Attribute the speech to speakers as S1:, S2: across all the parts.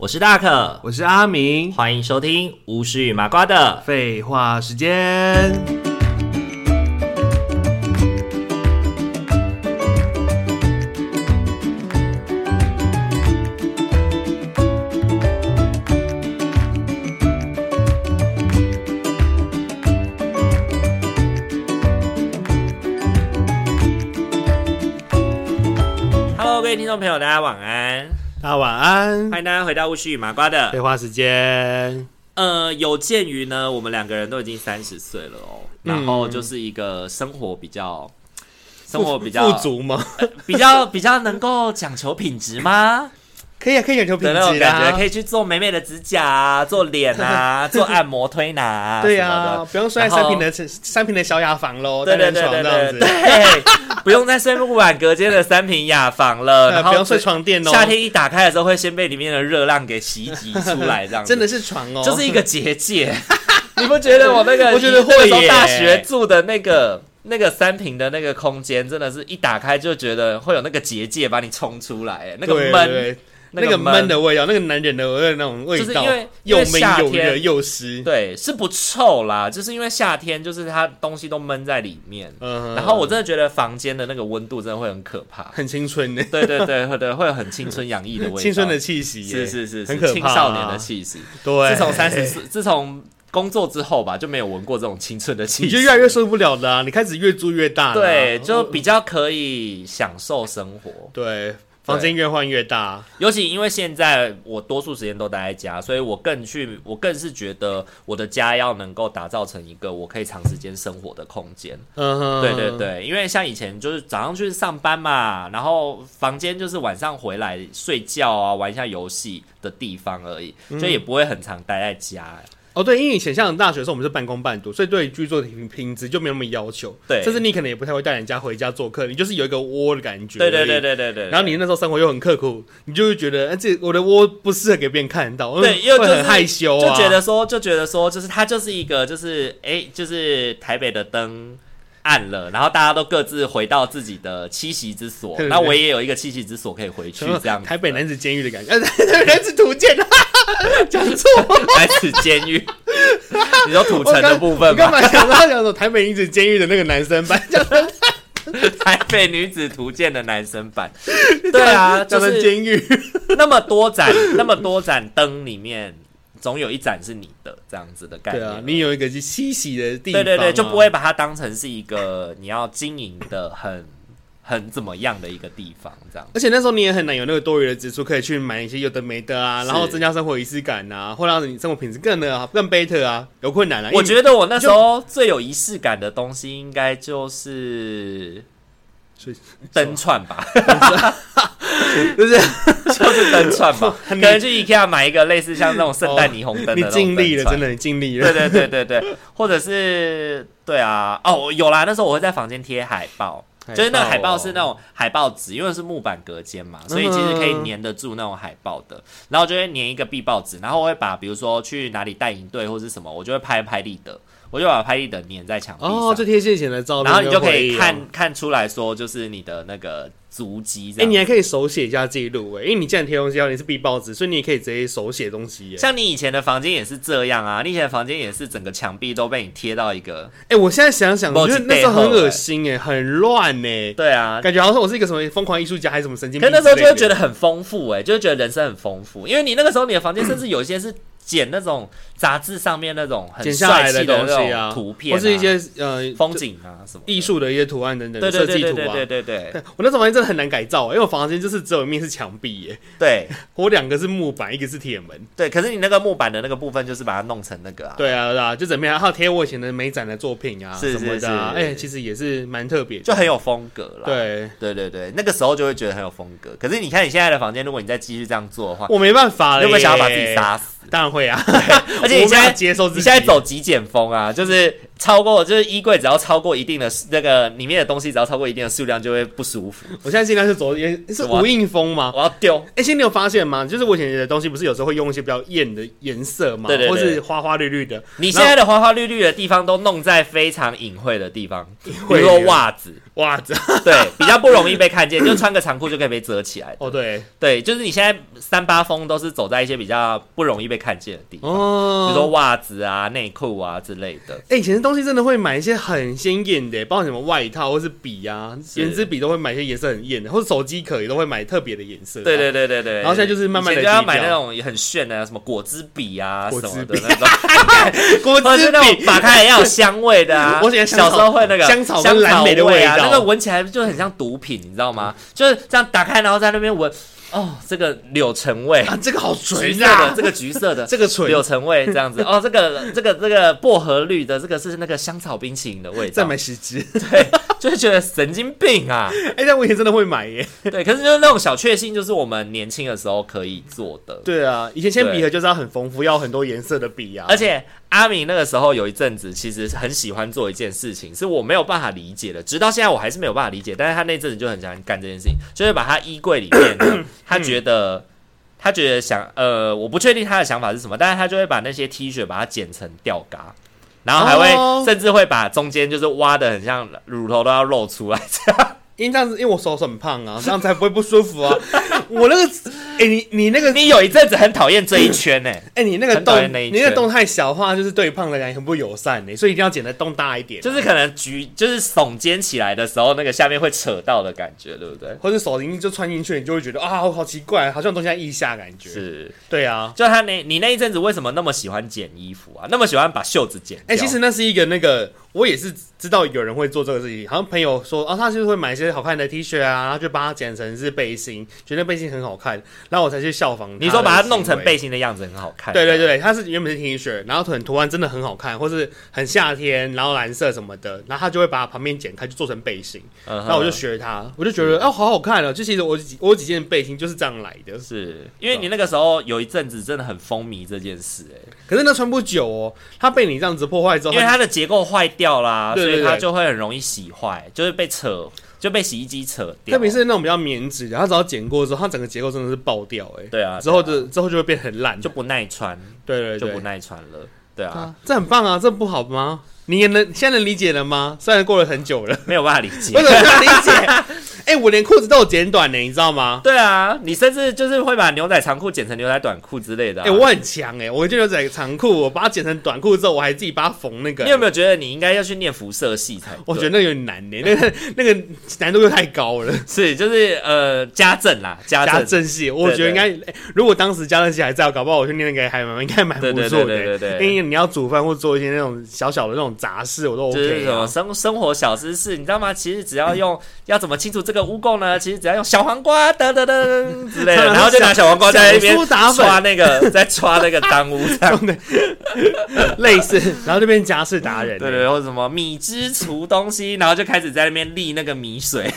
S1: 我是大可，
S2: 我是阿明。
S1: 欢迎收听巫师与麻瓜的。
S2: 废话时间，
S1: Hello，各位听众朋友，大家晚安，
S2: 大家晚安。
S1: 欢迎大家回到巫师与麻瓜
S2: 废
S1: 的。
S2: 话时间，
S1: 呃，有鉴于呢，我们两个人都已经三十岁了哦，
S2: 嗯
S1: 然后就是一个生活比较。生活比较
S2: 富足吗？
S1: 比较比较能够讲求品质吗？
S2: 可以啊，可以讲 求品
S1: 的那
S2: 质
S1: 种感觉，可
S2: 以。
S1: 以去做美美的指甲、啊、做脸 啊、做按摩、推拿、啊，
S2: 对
S1: 呀、
S2: 啊，不用睡在三平的三平的小雅房喽，
S1: 对对
S2: 单人
S1: 对
S2: 床
S1: 对
S2: 这样
S1: 对
S2: 子，
S1: 对，不用再睡木碗隔间的三平雅房了，
S2: 呃
S1: 然后
S2: 不用睡床垫哦。
S1: 夏天一打开的时候，会先被里面的热浪给袭击出来， 这样子
S2: 真的是床哦，
S1: 就是一个结界。 你不觉得 我那个？
S2: 我觉得
S1: 你那个时候
S2: 会耶
S1: 大学住的那个那个三平的那个空间，真的是一打开就觉得会有那个结界把你冲出来，哎那个
S2: 对
S1: 闷，
S2: 对那个闷。的味道，那个男人的味道那种味
S1: 就是
S2: 道
S1: 因为，因
S2: 又
S1: 为
S2: 闷
S1: 夏
S2: 又热
S1: 天
S2: 又湿。
S1: 对，是不臭啦，就是因为夏天，就是它东西都闷在里面。
S2: 嗯，
S1: 然后我真的觉得房间的那个温度真的会很可 怕。
S2: 很青春呢，
S1: 对对对，会对会有很 青春洋溢的味道，
S2: 青春的气息耶，
S1: 是是是
S2: 很
S1: 是
S2: 可怕啊
S1: 青少年的气息。
S2: 对。
S1: 自从三十四，自从工作之后吧，就没有闻过这种青春的气息，
S2: 你就越来越受不了的啊，你开始越住越大了啊。
S1: 对，就比较可以享受生活。
S2: 对，房间越换越大。
S1: 尤其因为现在我多数时间都待在家，所以我更去，我更是觉得我的家要能够打造成一个我可以长时间生活的空间。
S2: 嗯哼，
S1: 对对，对，因为像以前就是早上去上班嘛，然后房间就是晚上回来睡觉啊，玩一下游戏的地方而已，
S2: 嗯
S1: 就也不会很常待在家。
S2: 哦对，因为以前像大学的时候，我们是半工半读，所以对于居住的品品质就没有那么要求。
S1: 对
S2: 甚至你可能也不太会带人家回家做客，你就是有一个窝的感觉。
S1: 对对对。对对对。
S2: 然后你那时候生活又很刻苦，你就会觉得，哎、这我的窝不适合给别人看到，
S1: 对
S2: 嗯
S1: 因为
S2: 会
S1: 就是
S2: 很害羞、
S1: 就
S2: 啊，
S1: 觉得说，就觉得说，就是它就是一个，就是哎、就是台北的灯暗了，然后大家都各自回到自己的栖息之所
S2: 对对，对
S1: 那我也有一个栖息之所可以回去
S2: 什么，
S1: 这样子。啊
S2: 台北男子监狱的感觉，呃，台北男子图鉴啊，讲错，
S1: 来自监狱，你说土城的部
S2: 我
S1: 分
S2: 干
S1: 吗？
S2: 嘛想到讲说台北女子监狱的那个男生版，叫
S1: 台北女子图鉴的男生版，对 啊，
S2: 叫
S1: 就
S2: 成
S1: 是
S2: 监狱，
S1: 那么多盏，那么多盏灯里面，总有一盏是你的，这样子的概
S2: 对
S1: 念。
S2: 啊，你有一个栖息的地方、
S1: 对
S2: 啊，
S1: 对对，就不会把它当成是一个你要经营的很很怎么样的一个地方，这样。
S2: 而且那时候你也很难有那个多余的支出，可以去买一些有的没的啊，
S1: 是
S2: 然后增加生活仪式感啊，或让你生活品质更的更 better 啊，有困难啊。
S1: 我
S2: 得
S1: 觉得我那时候最有仪式感的东西，应该就是
S2: 所以
S1: 灯串吧，
S2: 就是
S1: 就是灯串 吧，可
S2: 你
S1: 能去 IKEA 买一个类似像那种圣诞霓虹灯的
S2: 你
S1: 那种
S2: 尽力
S1: 灯
S2: 了，
S1: 串
S2: 真的你尽力了
S1: 对。对对对对，或者是对啊，哦，有啦，那时候我会在房间贴海报， 就是那个海报是哦那种海报纸，因为是木板隔间嘛，所以其实可以粘得住那种海报的。然后就会粘一个壁报纸，然后我会把比如说去哪里带营队或是什么，我就会拍拍立得，我就把拍立得粘在墙壁上，
S2: 哦，最贴现以前的照片，
S1: 然后你就可以
S2: 跟回忆啊。
S1: 看看出来说就是你的那个足迹这
S2: 哎、
S1: 样。
S2: 你还可以手写一下记录哎，因为你既然贴东西，要你是必报纸，所以你也可以直接手写东西哎耶。
S1: 像你以前的房间也是这样啊，你以前的房间也是整个墙壁都被你贴到一个，
S2: 哎、我现在想想，我觉得那时候很
S1: 没有
S2: 恶心哎，很乱哎，
S1: 对啊，
S2: 感觉好像我是一个什么疯狂艺术家还是什么神经
S1: 可
S2: 病
S1: 是
S2: 之类
S1: 那
S2: 的。
S1: 时候就会觉得很丰富、欸，哎，就会觉得人生很丰富，因为你那个时候你的房间甚至有一些是剪那种杂志上面那种很
S2: 剪下
S1: 帅
S2: 来
S1: 气
S2: 的东
S1: 那
S2: 西
S1: 种
S2: 啊，
S1: 图片、啊，
S2: 或是一些呃
S1: 风景啊什么的
S2: 艺，术的一些图案等等
S1: 对对
S2: 设
S1: 对
S2: 计
S1: 对
S2: 图
S1: 对
S2: 啊
S1: 对。对对
S2: 我那时候房间真的很难改造，因为我房间就是只有一面是墙壁耶，
S1: 对
S2: 我两个是木板，一个是铁门。
S1: 对，可是你那个木板的那个部分就是把它弄成那个啊，
S2: 对啊，对啊，就怎么样？还有贴我以前的美展的作品啊，
S1: 是
S2: 什么的、啊，
S1: 是
S2: 哎、
S1: 是
S2: 其实也是蛮特别的，
S1: 就很有风格啦。
S2: 对。
S1: 对对对，那个时候就会觉得很有风格。可是你看你现在的房间，如果你再继续这样做的话，
S2: 我没办法
S1: 你
S2: 了，
S1: 有没有想要把自己？杀死？
S2: 当然会啊，
S1: 而且你现
S2: 我没办法
S1: 在
S2: 接受自己，
S1: 你现在走极简风啊，就是超过就是衣柜只要超过一定的那个里面的东西，只要超过一定的数量就会不舒 服。
S2: 我现在尽量是走，也是
S1: 啊
S2: 无印风吗？
S1: 我要丢，
S2: 哎、欸，现在你有发现吗？就是我以前的东西，不是有时候会用一些比较艳的颜色嘛，
S1: 对对对
S2: 或是花花绿绿的。
S1: 你现在的花花绿绿的地方都弄在非常隐晦的地方，比
S2: 晦
S1: 如说袜子，
S2: 袜子，
S1: 对，比较不容易被看见，就穿个长裤就可以被遮起来。
S2: 哦对，
S1: 对，就是你现在三八风都是走在一些比较不容易被看见的地方，比
S2: 哦，
S1: 如说袜子啊、内裤啊之类的。
S2: 哎、以前的东西真的会买一些很鲜艳的，包括什么外套或是笔啊，
S1: 是
S2: 圆珠笔都会买一些颜色很艳的，或者手机壳也都会买特别的颜色、啊
S1: 对对，对对对，
S2: 然后现在就是慢慢地
S1: 以前就要
S2: 低调
S1: 买那种很炫的，什么果汁笔啊
S2: 果
S1: 什
S2: 汁
S1: 么的
S2: 笔
S1: 那种，
S2: 果
S1: 或者
S2: 汁
S1: 哦是那种
S2: 笔
S1: 打开来要有香味的啊
S2: 。我喜欢香
S1: 小
S2: 草
S1: 时候会那个
S2: 香草跟蓝莓的
S1: 味
S2: 味
S1: 啊，
S2: 道
S1: 那个闻起来就很像毒品，你知道吗？就是这样打开，然后在那边闻，哦，这个柳橙味，
S2: 啊，这个好
S1: 橘
S2: 纯
S1: 色的，
S2: 啊，
S1: 这个橘色的。
S2: 这个 纯，
S1: 柳橙味这样子哦，这个这个这个薄荷绿的，这个是那个香草冰淇淋的味
S2: 再
S1: 道，
S2: 买十支。
S1: 对，就会觉得神经病啊，
S2: 哎、但我以前真的会买耶。
S1: 对，可是就是那种小确幸，就是我们年轻的时候可以做的，
S2: 对啊，以前铅笔盒就是要很丰富，要很多颜色的笔啊。
S1: 而且阿明那个时候有一阵子，其实很喜欢做一件事情，是我没有办法理解的，直到现在我还是没有办法理解。但是他那阵子就很喜欢干这件事情，就是把他衣柜里面的，他觉得他觉得想呃，我不确定他的想法是什么，但是他就会把那些 T 恤把它剪成吊嘎。然后还会，
S2: 哦
S1: 甚至会把中间就是挖的很像乳头都要露出来， 这样
S2: 因为这样子，因为我手很胖啊，这样才不会不舒服啊。 我那个，哎、你你那个，
S1: 你有一阵子很讨厌这一圈呢、
S2: 哎、你那个
S1: 很讨厌
S2: 洞，
S1: 那一
S2: 你那
S1: 圈
S2: 个洞太小的话，就是对胖的人很不友善呢，所以一定要剪的洞大一点，啊
S1: 就是可能举，就是耸肩起来的时候，那个下面会扯到的感觉，对不对？
S2: 或者手一就穿进去，你就会觉得啊，好好奇怪，好像有东西在腋下感觉。，
S1: 是，
S2: 对啊。
S1: 就他那，你那一阵子为什么那么喜欢剪衣服啊？那么喜欢把袖子剪掉？
S2: 哎、其实那是一个那个，我也是知道有人会做这个事情，好像朋友说啊，他就是会买一些好看的 T 恤啊，然后就把它剪成是背心，觉得背心很好看，然后我才去效仿。
S1: 你说把它弄成背，心的样子很好看。啊
S2: 对对，对，它是原本是 T 恤，然后很图案真的很好看，或是很夏天，然后蓝色什么的，然后他就会把旁边剪开，就做成背心，
S1: 嗯哼
S2: 然后我就学他，我就觉得啊，好好看哦。就其实我有几我有几件背心就是这样来的，
S1: 是因为你那个时候有一阵子真的很风靡这件事、哎，
S2: 可是那穿不久哦，它被你这样子破坏之后，
S1: 因为
S2: 它
S1: 它的结构坏掉啦，
S2: 哦对对
S1: 所以它
S2: 对
S1: 就会很容易洗坏，就是被扯，就被洗衣机扯掉。
S2: 特别是那种比较棉质的，它只要剪过之后，它整个结构真的是爆掉哎、
S1: 对啊，
S2: 之后
S1: 对啊
S2: 就之后就会变很烂，
S1: 就不耐穿，
S2: 对对
S1: 就
S2: 对，
S1: 不耐穿了。对啊，
S2: 啊，这很棒啊，这不好吗？你也能现在能理解了吗？虽然过了很久了，
S1: 没有办法理
S2: 为
S1: 解。
S2: 什么不能理解？ 哎、我连裤子都有剪短呢、你知道吗？
S1: 对啊，你甚至就是会把牛仔长裤剪成牛仔短裤之类的、啊。
S2: 哎、我很强哎、我就牛仔长裤，我把它剪成短裤之后，我还自己把它缝那个。
S1: 你有没有觉得你应该要去念辐射系才对？
S2: 我觉得那有点难呢、那个那个难度又太高了。
S1: 是，就是呃，家政啦，家政，
S2: 加正系，我觉得应该，欸如果当时加正系还在，搞不好我去念那个还蛮应该蛮不
S1: 对对
S2: 错的
S1: 对
S2: 欸。
S1: 对对对
S2: 因为你要煮饭或做一些那种小小的那种杂事，我都
S1: 就是
S2: OK
S1: 什么
S2: 啊。
S1: 生生活小知识，你知道吗？其实只要用要怎么清除这个污垢呢？ 其实只要用小黄瓜，噔噔噔之 类的，
S2: 当然
S1: 然后就拿小黄瓜在那边
S2: 小苏打粉
S1: 刷那个， 在刷那个脏污，这样
S2: 类似，然后就变家事达 人欸，
S1: 对对，或者什么米汁除东西，然后就开始在那边沥那个米水，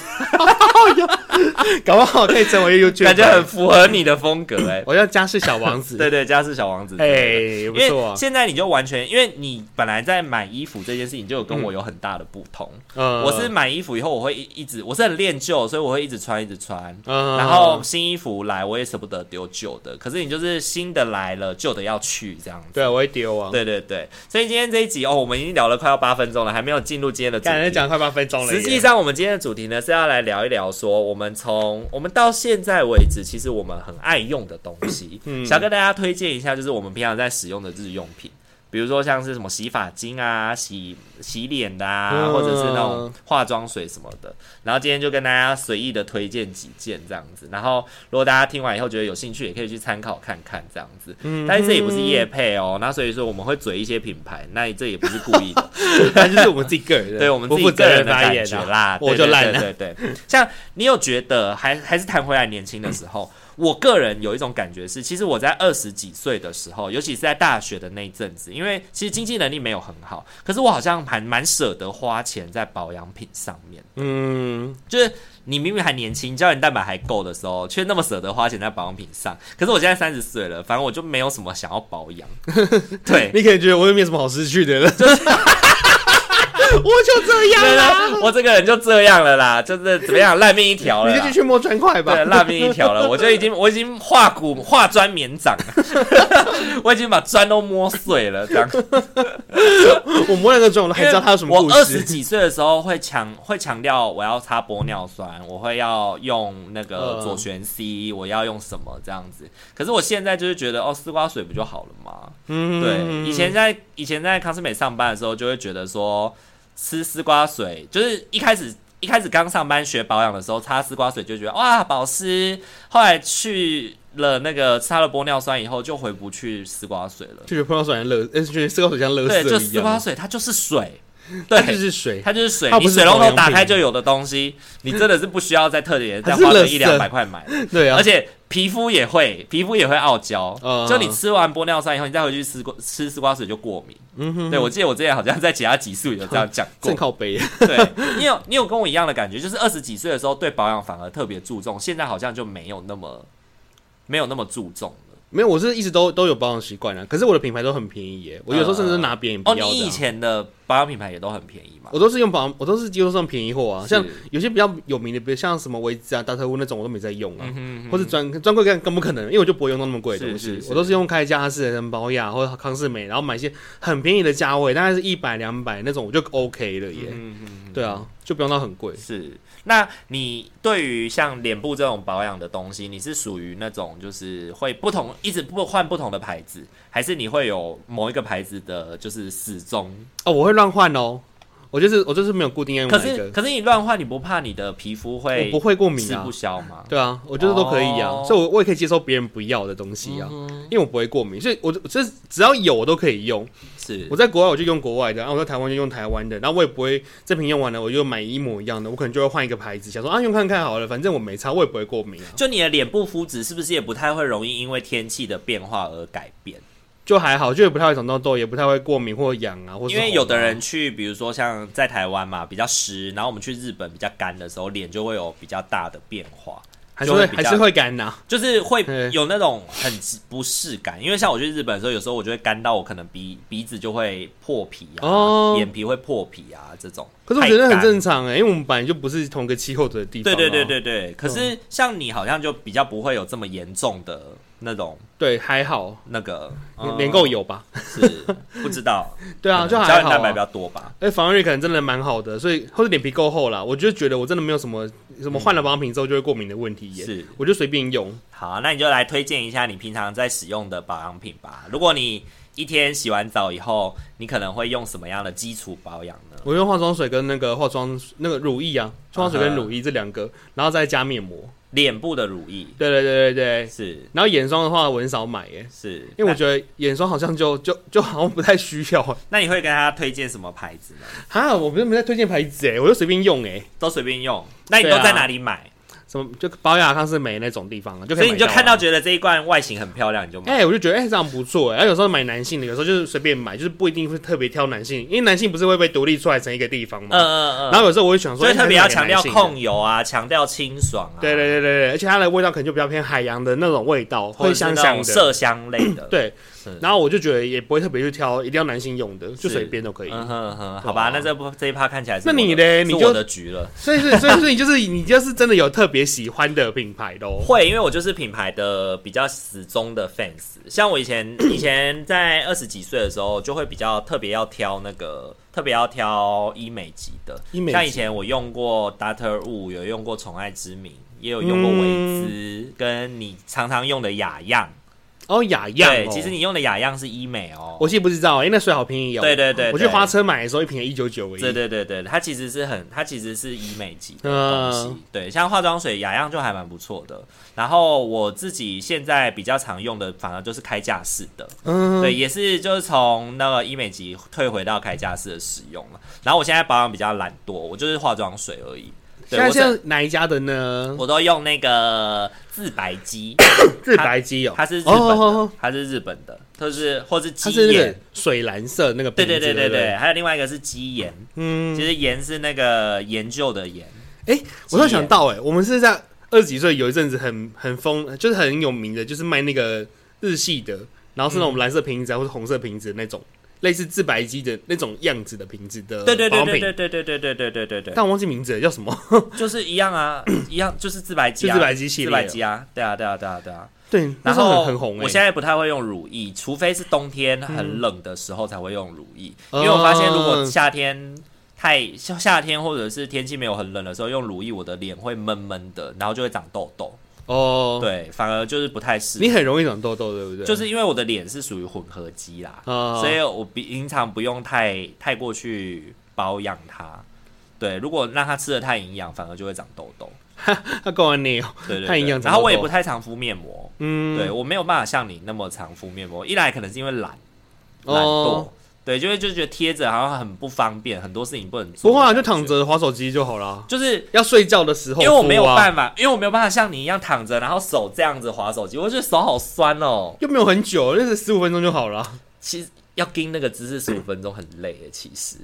S2: 搞不好可以成 为 YouTube，
S1: 感觉很，符合你的风格 哎、
S2: 我叫家事小王 子，
S1: 对对，家是小王子，
S2: 哎、
S1: 对。
S2: 也不
S1: 因
S2: 错
S1: 为
S2: 啊，
S1: 现在你就完全，因为你本来在买衣服这件事情就有跟我有很大的不同。
S2: 嗯
S1: 我是，买衣服以后，我会一一直，我是很恋旧，所以我会一直穿，一直穿。
S2: 嗯
S1: 然后新衣服来，我也舍不得丢旧的。可是你就是新的来了，旧的要去这样子。
S2: 对，我会丢啊，
S1: 对对对，所以今天这一集哦，我们已经聊了快要八分钟了，还没有进入今天的主
S2: 刚才
S1: 题。
S2: 讲快八分钟了耶，
S1: 实际上，我们今天的主题呢是要来聊一聊说我们从我们到现在为止，其实我们很爱用的东西，
S2: 嗯
S1: 想跟大家推荐一下，就是我们平常在使用的日用品。比如说像是什么洗发精啊、洗洗脸的啊，
S2: 嗯
S1: 或者是那种化妆水什么的。然后今天就跟大家随意的推荐几件这样子。然后如果大家听完以后觉得有兴趣，也可以去参考看看这样子。
S2: 嗯
S1: 但是这也不是业配哦，那所以说我们会嘴一些品牌，那这也不是故意的。
S2: 但就是我们自己个人的，
S1: 对我们自
S2: 不
S1: 己
S2: 负责
S1: 个人
S2: 任
S1: 的
S2: 发
S1: 感
S2: 言
S1: 觉
S2: 啊
S1: 啦，
S2: 我
S1: 对
S2: 就
S1: 对
S2: 烂了
S1: 对对 对，像你有觉得还还是谈回来年轻的时候，我个人有一种感觉是，其实我在二十几岁的时候，尤其是在大学的那一阵子，因为其实经济能力没有很好，可是我好像还蛮舍得花钱在保养品上面，
S2: 嗯，
S1: 就是。你明明还年轻，胶原蛋白还够的时候，却那么舍得花钱在保养品上。可是我现在三十岁了，反正我就没有什么想要保养。对，
S2: 你可能觉得我也没什么好失去的了，就这样啊啦，
S1: 我这个人就这样了啦，就是怎么样烂命一条了
S2: 你
S1: 啦
S2: 就继续摸砖块吧
S1: 对，。啊烂命一条了，我就已经我已经化骨化砖绵掌了， 我已经把砖都摸碎了，这样。
S2: 我摸那个砖，我都还知道它有什么故
S1: 我二十
S2: 事。
S1: 几岁的时候会强会强调我要擦玻尿酸，我会要用那个
S2: 嗯
S1: 左旋 C，、我要用什么这样子。可是我现在就是觉得哦，丝瓜水不就好了吗？
S2: 嗯
S1: 对，以前在以前在康斯美上班的时候，就会觉得说吃丝瓜水，就是一开始一开始刚上班学保养的时候，擦丝瓜水就觉得哇保湿，后来去了那个擦了玻尿酸以后，就回不去丝瓜水了。
S2: 就觉得碰到水像乐，呃，就觉得四个水像乐
S1: 对，就
S2: 色一
S1: 丝瓜
S2: 样，
S1: 水它就是 水，对，
S2: 它就是水，
S1: 它就是水，
S2: 它
S1: 你
S2: 不是
S1: 水龙
S2: 保
S1: 头
S2: 养
S1: 打
S2: 品
S1: 开就有的东西，你真的是不需要再特别再
S2: 它是
S1: 花个
S2: 垃圾
S1: 一两百块买。
S2: 对啊
S1: 而。且皮肤也会，皮肤也会傲娇。
S2: 嗯
S1: 就你吃完玻尿酸以后，你再回去吃过吃丝瓜水就过敏。
S2: 嗯哼，
S1: 对，我记得我之前好像在其他集数有这样讲过
S2: 正。靠北，
S1: 对你有你有跟我一样的感觉，就是二十几岁的时候对保养反而特别注重，现在好像就没有那么没有那么注重了。
S2: 没有，我是一直都都有保养习惯啊。可是我的品牌都很便宜耶，我有时候甚至拿别人不
S1: 哦，
S2: 要的啊。
S1: 你以前的保养品牌也都很便宜嘛？
S2: 我都是用保养，我都是几乎上便宜货啊。
S1: 是
S2: 像有些比较有名的，比如像什么维姿啊、大特屋那种，我都没在用啊。
S1: 嗯哼嗯哼
S2: 或者专专柜更更不可能，因为我就不会用到那么贵的东
S1: 是
S2: 西，
S1: 是是
S2: 我都是用开家式的什么保养或者康士美，然后买一些很便宜的价位，大概是一百两百那种，我就 OK 了耶。
S1: 嗯哼嗯哼
S2: 对啊，就不用到很贵。
S1: 是，那你对于像脸部这种保养的东西，你是属于那种就是会不同一直不换不同的牌子，还是你会有某一个牌子的就是始终？
S2: 哦，我会乱换哦，我就是我就是没有固定要用
S1: 可
S2: 哪一
S1: 是
S2: 个，
S1: 可是你乱换，你不怕你的皮肤
S2: 我
S1: 会
S2: 不会过敏
S1: 吃
S2: 啊
S1: 不。消吗？
S2: 对啊，我就是都可以啊，
S1: 哦嗯
S2: 所以我我也可以接受别人不要的东西啊，因为我不会过敏，所以我就这只要有我都可以用。
S1: 是
S2: 我在国外我就用国外的，然后啊我在台湾就用台湾的，然后我也不会这瓶用完了我就买一模一样的，我可能就会换一个牌子，想说啊用看看好了，反正我没擦，我也不会过敏啊。
S1: 就你的脸部肤质是不是也不太会容易因为天气的变化而改变？
S2: 就还好，就也不太会长痘痘，也不太会过敏或痒啊，或是
S1: 因为
S2: 红啊
S1: 有的人去，比如说像在台湾嘛比较湿，然后我们去日本比较干的时候，脸就会有比较大的变化。
S2: 还是会
S1: 就会比
S2: 还
S1: 较
S2: 是会啊干呐、
S1: 就是会
S2: 对
S1: 有那种很不适感，因为像我去日本的时候，有时候我就会干到我可能鼻鼻子就会破皮啊，
S2: 哦
S1: 眼皮会破皮啊这种。
S2: 可是我觉得很
S1: 太干
S2: 正常哎、因为我们本来就不是同个气候的地方、
S1: 对
S2: 啊。
S1: 对对对对，可是像你好像就比较不会有这么严重的那种
S2: 对，还好，
S1: 那个
S2: 连连
S1: 有
S2: 够有吧？
S1: 是不知道，
S2: 对啊，
S1: 哦可能
S2: 就
S1: 胶
S2: 还
S1: 原
S2: 好、
S1: 蛋白比
S2: 啊。
S1: 较多吧。
S2: 哎，防御力可能真的蛮好的，所以或者脸皮够厚啦，我就觉得我真的没有什么什么换了保养品之后就会过敏的问题
S1: 嗯
S2: 耶，
S1: 是
S2: 我就随便用。
S1: 好，那你就来推荐一下你平常在使用的保养品吧。如果你一天洗完澡以后，你可能会用什么样的基础保养呢？
S2: 我用化妆水跟那个化妆那个乳液啊，化妆水
S1: 啊
S2: 跟
S1: 哈
S2: 乳液这两个，然后再加面膜。
S1: 脸部的乳液
S2: 对对对对对，
S1: 是
S2: 然后眼霜的话我很少买耶，
S1: 是，
S2: 因为我觉得眼霜好像就就就好像不太需要欸
S1: 那你会跟他推荐什么牌子呢？
S2: 哈，我不是没在推荐牌子哎，我就随便用哎，
S1: 都随便用，那你
S2: 对
S1: 都
S2: 啊
S1: 在哪里买？
S2: 什么就保养康是美那种地方啊，就可
S1: 所
S2: 以
S1: 以
S2: 买
S1: 你就看到
S2: 啊。
S1: 觉得这一罐外形很漂亮，你就买。
S2: 哎、我就觉得哎、这样不错哎、然后有时候买男性的，有时候就是随便买，就是不一定会特别挑男性，因为男性不是会被独立出来成一个地方嘛。
S1: 嗯嗯嗯。
S2: 然后有时候我会想说，哎
S1: 所以特别要强调
S2: 控。
S1: 控油啊，强调清爽啊，
S2: 对对，对对对，而且它的味道可能就比较偏海洋的那种味道，
S1: 或者
S2: 会
S1: 是
S2: 香
S1: 那
S2: 香
S1: 种
S2: 的。
S1: 麝香类的。
S2: 对，
S1: 是，
S2: 然后我就觉得也不会特别去挑，一定要男性用的，就是随便都可以。啊
S1: 嗯哼哼，好吧，那这部这一趴看起来是
S2: 那
S1: 我的
S2: 你嘞
S1: 是
S2: 你
S1: 我
S2: 就
S1: 的局了。
S2: 所以是，所以所以你就是你就是真的有特别喜欢的品牌喽。
S1: 会，因为我就是品牌的比较死忠的 fans。像我以 前以前在二十几岁的时候，就会比较特别要挑那个，特别要挑医美级的。
S2: 医美级
S1: 像以前我用过 Doctor Wu，有用过宠爱之名，也有用过维
S2: 嗯
S1: 姿，跟你常常用的雅漾。
S2: 哦，雅漾、
S1: 对
S2: 哦，，
S1: 其实你用的雅漾是医美哦。
S2: 我其实不知道，因为那水好便宜哦。
S1: 对对对
S2: 我去
S1: 对
S2: 花车买的时候，一瓶一九九而已。
S1: 对对对对，它其实是很，它其实是医美级的东西。
S2: 嗯
S1: 对，像化妆水雅漾就还蛮不错的。然后我自己现在比较常用的，反而就是开架式的。
S2: 嗯，
S1: 对，也是就是从那个医美级退回到开架式的使用了。然后我现在保养比较懒惰，我就是化妆水而已。
S2: 现
S1: 对，
S2: 在
S1: 我是
S2: 是哪一家的呢？
S1: 我都用那个自白肌，
S2: 日白肌哦，
S1: 它是日
S2: 哦哦
S1: 本
S2: 哦
S1: 的
S2: 哦，
S1: 它是日本的，就是或是鸡
S2: 它是那个
S1: 眼，
S2: 水蓝色那个瓶
S1: 对
S2: 子。
S1: 对
S2: 对
S1: 对对
S2: 不
S1: 对，，还有另外一个是鸡眼，
S2: 嗯
S1: 其，实盐是那个研究的盐，
S2: 哎、我突然想到、哎，我们是在二十几岁有一阵子很很疯，就是很有名的，就是卖那个日系的，然后是那种蓝色瓶子啊、或者红色瓶子的那种，类似自白机的那种样子的瓶子的
S1: 对对
S2: 呃保
S1: 对
S2: 养
S1: 对
S2: 品，
S1: 对对对对对对对对对，
S2: 但我忘记名字了，叫什么？
S1: 就是一样啊，一样就是自白剂
S2: 是
S1: 啊，
S2: 自白机系
S1: 自
S2: 列
S1: 白
S2: 的。
S1: 剂啊，对啊对啊对啊对啊。
S2: 对，那
S1: 然
S2: 时候
S1: 后
S2: 很很红诶、哎欸
S1: 我现在不太会用乳液，除非是冬天很冷的时候才会用乳液，因
S2: 嗯
S1: 为我发现如果夏天太夏夏天或者是天气没有很冷的时候用乳液，我的脸会闷闷的，然后就会长痘痘。
S2: 哦，
S1: 对，反而就是不太适合
S2: 你。很容易长痘痘，对不对？
S1: 就是因为我的脸是属于混合肌啦，
S2: 啊，
S1: 所以我比平常不用太太过去保养它。对，如果让它吃的太营养，反而就会长痘痘。
S2: 他够完你哦，
S1: 对对对
S2: 太营养长
S1: 然后我也
S2: 痘
S1: 不太常敷面膜，
S2: 嗯，
S1: 对我没有办法像你那么常敷面膜。一来可能是因为懒，
S2: 哦
S1: 懒惰，对，就会就觉得贴着好像很不方便，很多事情不能做。
S2: 不会啊，就躺，着划手机就好啦。
S1: 就是
S2: 要睡觉的时候、啊
S1: 因为我没有
S2: 办，
S1: 办法，因为我没有办法像你一样躺着，然后手这样子划手机，我觉得手好酸哦。
S2: 又没有很久，就是十五分钟就好了。
S1: 其实要盯那个姿势十五分钟很累的，其实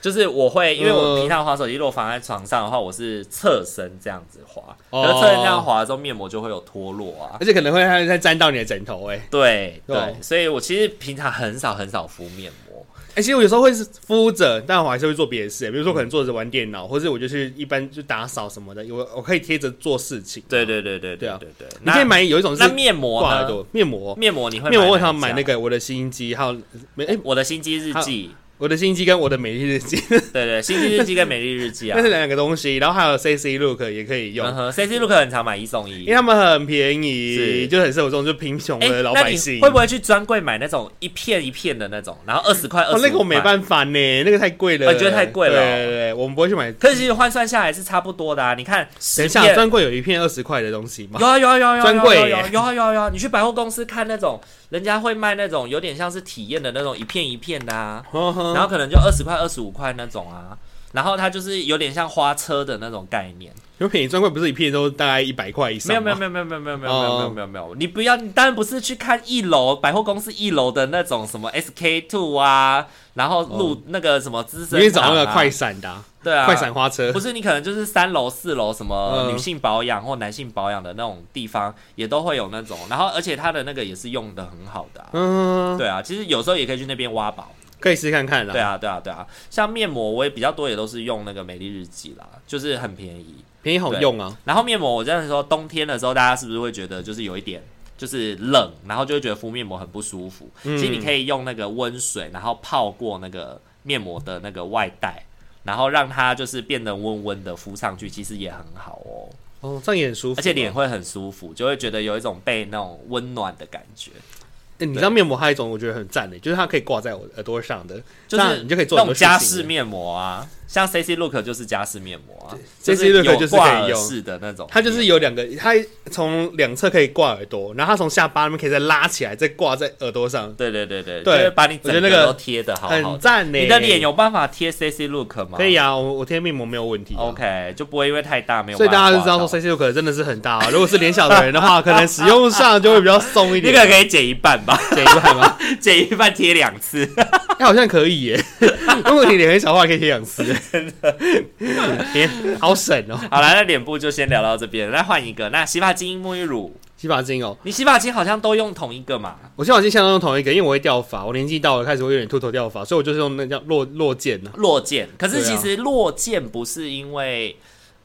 S1: 就是我会，因为我平常滑手机，如果放在床上的话，我是侧身这样子滑，
S2: 哦
S1: 可是侧身这样滑的时候，面膜就会有脱落啊。
S2: 而且可能会还再沾到你的枕头、欸，哎、
S1: 对
S2: 对哦
S1: 对，所以我其实平常很少很少敷面膜。
S2: 哎其实我有时候会是敷着，但我还是会做别的事、欸比如说可能坐着玩电脑，或者我就去一般就打扫什么的，我我可以贴着做事情。
S1: 对对对对
S2: 对啊
S1: 对对。
S2: 你可以
S1: 那
S2: 买有一种是
S1: 那面膜
S2: 挂耳
S1: 呢？
S2: 朵面膜，
S1: 面膜你会
S2: 面膜我
S1: 哪一
S2: 想买
S1: 家
S2: 那个我的心机，还有没哎、
S1: 我的心机日记，
S2: 我的心机 跟我的美丽日记，
S1: 对对，心机日记跟美丽日记啊
S2: 那。是两个东西，然后还有 CC Look 也可以用。
S1: 嗯哼，CC Look 很常买一送
S2: 因
S1: 一
S2: 为。他们很便宜，
S1: 是
S2: 就很适合这种就贫穷
S1: 哎
S2: 的老
S1: 那
S2: 百
S1: 你
S2: 姓。
S1: 会不会去专柜买那种一片一片的那种，然后二十块、二
S2: 哦，那
S1: 十
S2: 个我没办法呢，那个太贵了。
S1: 哦你觉得太贵了哦
S2: 对对对，我们不会去买。
S1: 可是其实换算下来是差不多的啊。你看十
S2: 等一下，
S1: 片，
S2: 专柜有一片二十块的东西吗？
S1: 有啊有啊有啊有啊
S2: 专柜耶
S1: 有啊有啊有啊有啊有啊！你去百货公司看那种，人家会卖那种有点像是体验的那种一片一片的啊，然
S2: 然
S1: 后可能就二十块、二十五块那种啊。然后它就是有点像花车的那种概念，
S2: 有便宜专柜不是一片都大概一百块以上？
S1: 没有没有，没有没有没有没有没有没有没有没有没有，你不要，你当然不是去看一楼百货公司一楼的那种什么 SK two 啊，然后路那个什么资
S2: 你
S1: 生
S2: 可以找
S1: 堂
S2: 那个
S1: 啊
S2: 快，闪的啊，
S1: 对啊，
S2: 快闪花车
S1: 不。是你可能就是三楼、四楼什么
S2: 嗯
S1: 女性保养或男性保养的那种地方，也都会有那种。然后，而且它的那个也是用的很好的、啊。
S2: 嗯，
S1: 对啊，其实有时候也可以去那边挖宝。
S2: 可以试试看看啦。
S1: 对，啊，对啊，对啊。像面膜，我也比较多，也都是用那个美丽日记啦，就是很便宜。
S2: 便宜好用啊。
S1: 然后面膜，我真的说，冬天的时候，大家是不是会觉得就是有一点就是冷，然后就会觉得敷面膜很不舒服？
S2: 嗯
S1: 其实你可以用那个温水，然后泡过那个面膜的那个外带，然后让它就是变得温温的敷上去，其实也很好哦，
S2: 哦，这样也很舒服啊。
S1: 而且脸会很舒服，就会觉得有一种被那种温暖的感觉，
S2: 哎，你知道面膜还有一种我觉得很赞的，就是它可以挂在我耳朵上的，
S1: 就
S2: 那
S1: 是
S2: 你就可以做
S1: 那种
S2: 很多
S1: 加
S2: 事
S1: 式
S2: 情。
S1: 面膜啊，像 C C Look 就是加式面膜啊
S2: 对 CC
S1: 有
S2: Look 就是可以
S1: 挂耳
S2: 用
S1: 式的那种面膜，
S2: 它就是有两个，
S1: 嗯
S2: 它从两侧可以挂耳朵，然后它从下巴那边可以再拉起来，再挂在耳朵上，
S1: 对对对对，
S2: 对
S1: 就是把你
S2: 我
S1: 整
S2: 觉得那
S1: 个
S2: 个
S1: 都贴的好好
S2: 很
S1: 的。
S2: 赞呢。
S1: 你的脸有办法贴 C C Look 吗？
S2: 可以啊，我我贴面膜没有问题啊、
S1: OK，就不会因为太大没有
S2: 所
S1: 办
S2: 以
S1: 法
S2: 大
S1: 刮到。
S2: 家就知道说 C C 六可能真的是很大、啊，如果是脸小的人的 话，可能使用上就会比较松一
S1: 那
S2: 点。
S1: 个可以减一半吧，
S2: 减一半吗？
S1: 减一半贴两次。
S2: 哎、好像可以耶。如果你脸很小的话，可以贴两 次，真的。脸好省哦，
S1: 好了，那脸部就先聊到这边，那换一个。那洗发精、沐浴乳，
S2: 洗发精哦，
S1: 你洗发精好像都用同一个嘛？
S2: 我洗发精相当用同一个，因为我会掉发，我年纪到了开始会有点秃头掉发，所以我就是用那叫落落剑啊呢、
S1: 落剑，可是
S2: 对
S1: 其
S2: 啊
S1: 实落剑不是因为。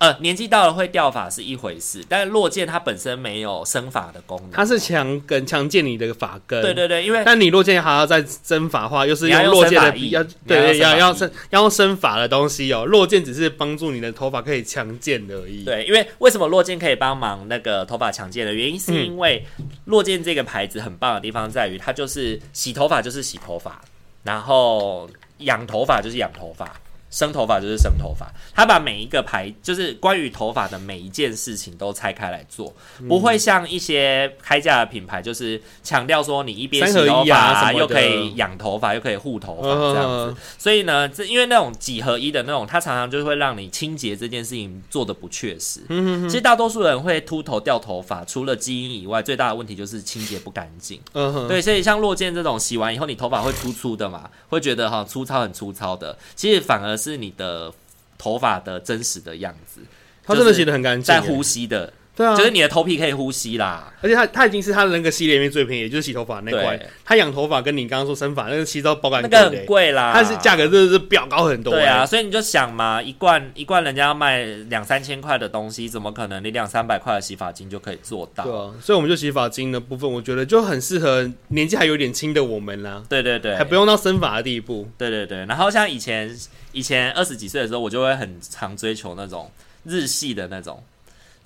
S1: 呃，年纪到了会掉发是一回事，但是落剑它本身没有生发的功能。
S2: 它是强根强健你的发根。
S1: 对对对，因为
S2: 但你落剑还要再蒸法的话，又是
S1: 你要用
S2: 落剑的
S1: 生发液
S2: 比要
S1: 你要用
S2: 对
S1: 生
S2: 要
S1: 发
S2: 要
S1: 液
S2: 生要用生法的东西哦。落剑只是帮助你的头发可以强健而已。
S1: 对，因为为什么落健可以帮忙那个头发强健的原因，
S2: 嗯
S1: 是因为落健这个牌子很棒的地方在于，它就是洗头发就是洗头发，然后养头发就是养头发，生头发就是生头发。它把每一个牌，就是关于头发的每一件事情都拆开来做，
S2: 嗯
S1: 不会像一些开价的品牌，就是强调说你一边洗
S2: 三合
S1: 头
S2: 一
S1: 发、
S2: 啊什么的
S1: 又可以养头发，又可以护头发这样子。
S2: 嗯
S1: 所以呢，这因为那种几合一的那种，它常常就会让你清洁这件事情做的不确实。
S2: 嗯
S1: 其实大多数人会秃头掉头发，除了基因以外，最大的问题就是清洁不干净。
S2: 嗯哼，
S1: 对，所以像落剑这种洗完以后，你头发会粗粗的嘛，会觉得哈粗糙很粗糙的，其实反而是你的头发的真实的样子，
S2: 他真的洗的很干净
S1: 在
S2: 耶，
S1: 呼吸的。
S2: 对啊，
S1: 就是你的头皮可以呼吸啦。
S2: 而且它它已经是它的那个系列里面最便宜，也就是洗头发那块
S1: 对。
S2: 它养头发跟你刚刚说生发那个其实都保感
S1: 那个
S2: 贵
S1: 很
S2: 的欸
S1: 贵啦，
S2: 它是价格真的是飙高很多。欸
S1: 对啊，，所以你就想嘛，一罐一罐人家要卖两三千块的东西，怎么可能你两三百块的洗发精就可以做到？
S2: 对啊，所以我们就洗发精的部分，我觉得就很适合年纪还有点轻的我们啦，
S1: 对对对，
S2: 还不用到生发的地步。
S1: 对对对，然后像以前以前二十几岁的时候，我就会很常追求那种日系的那种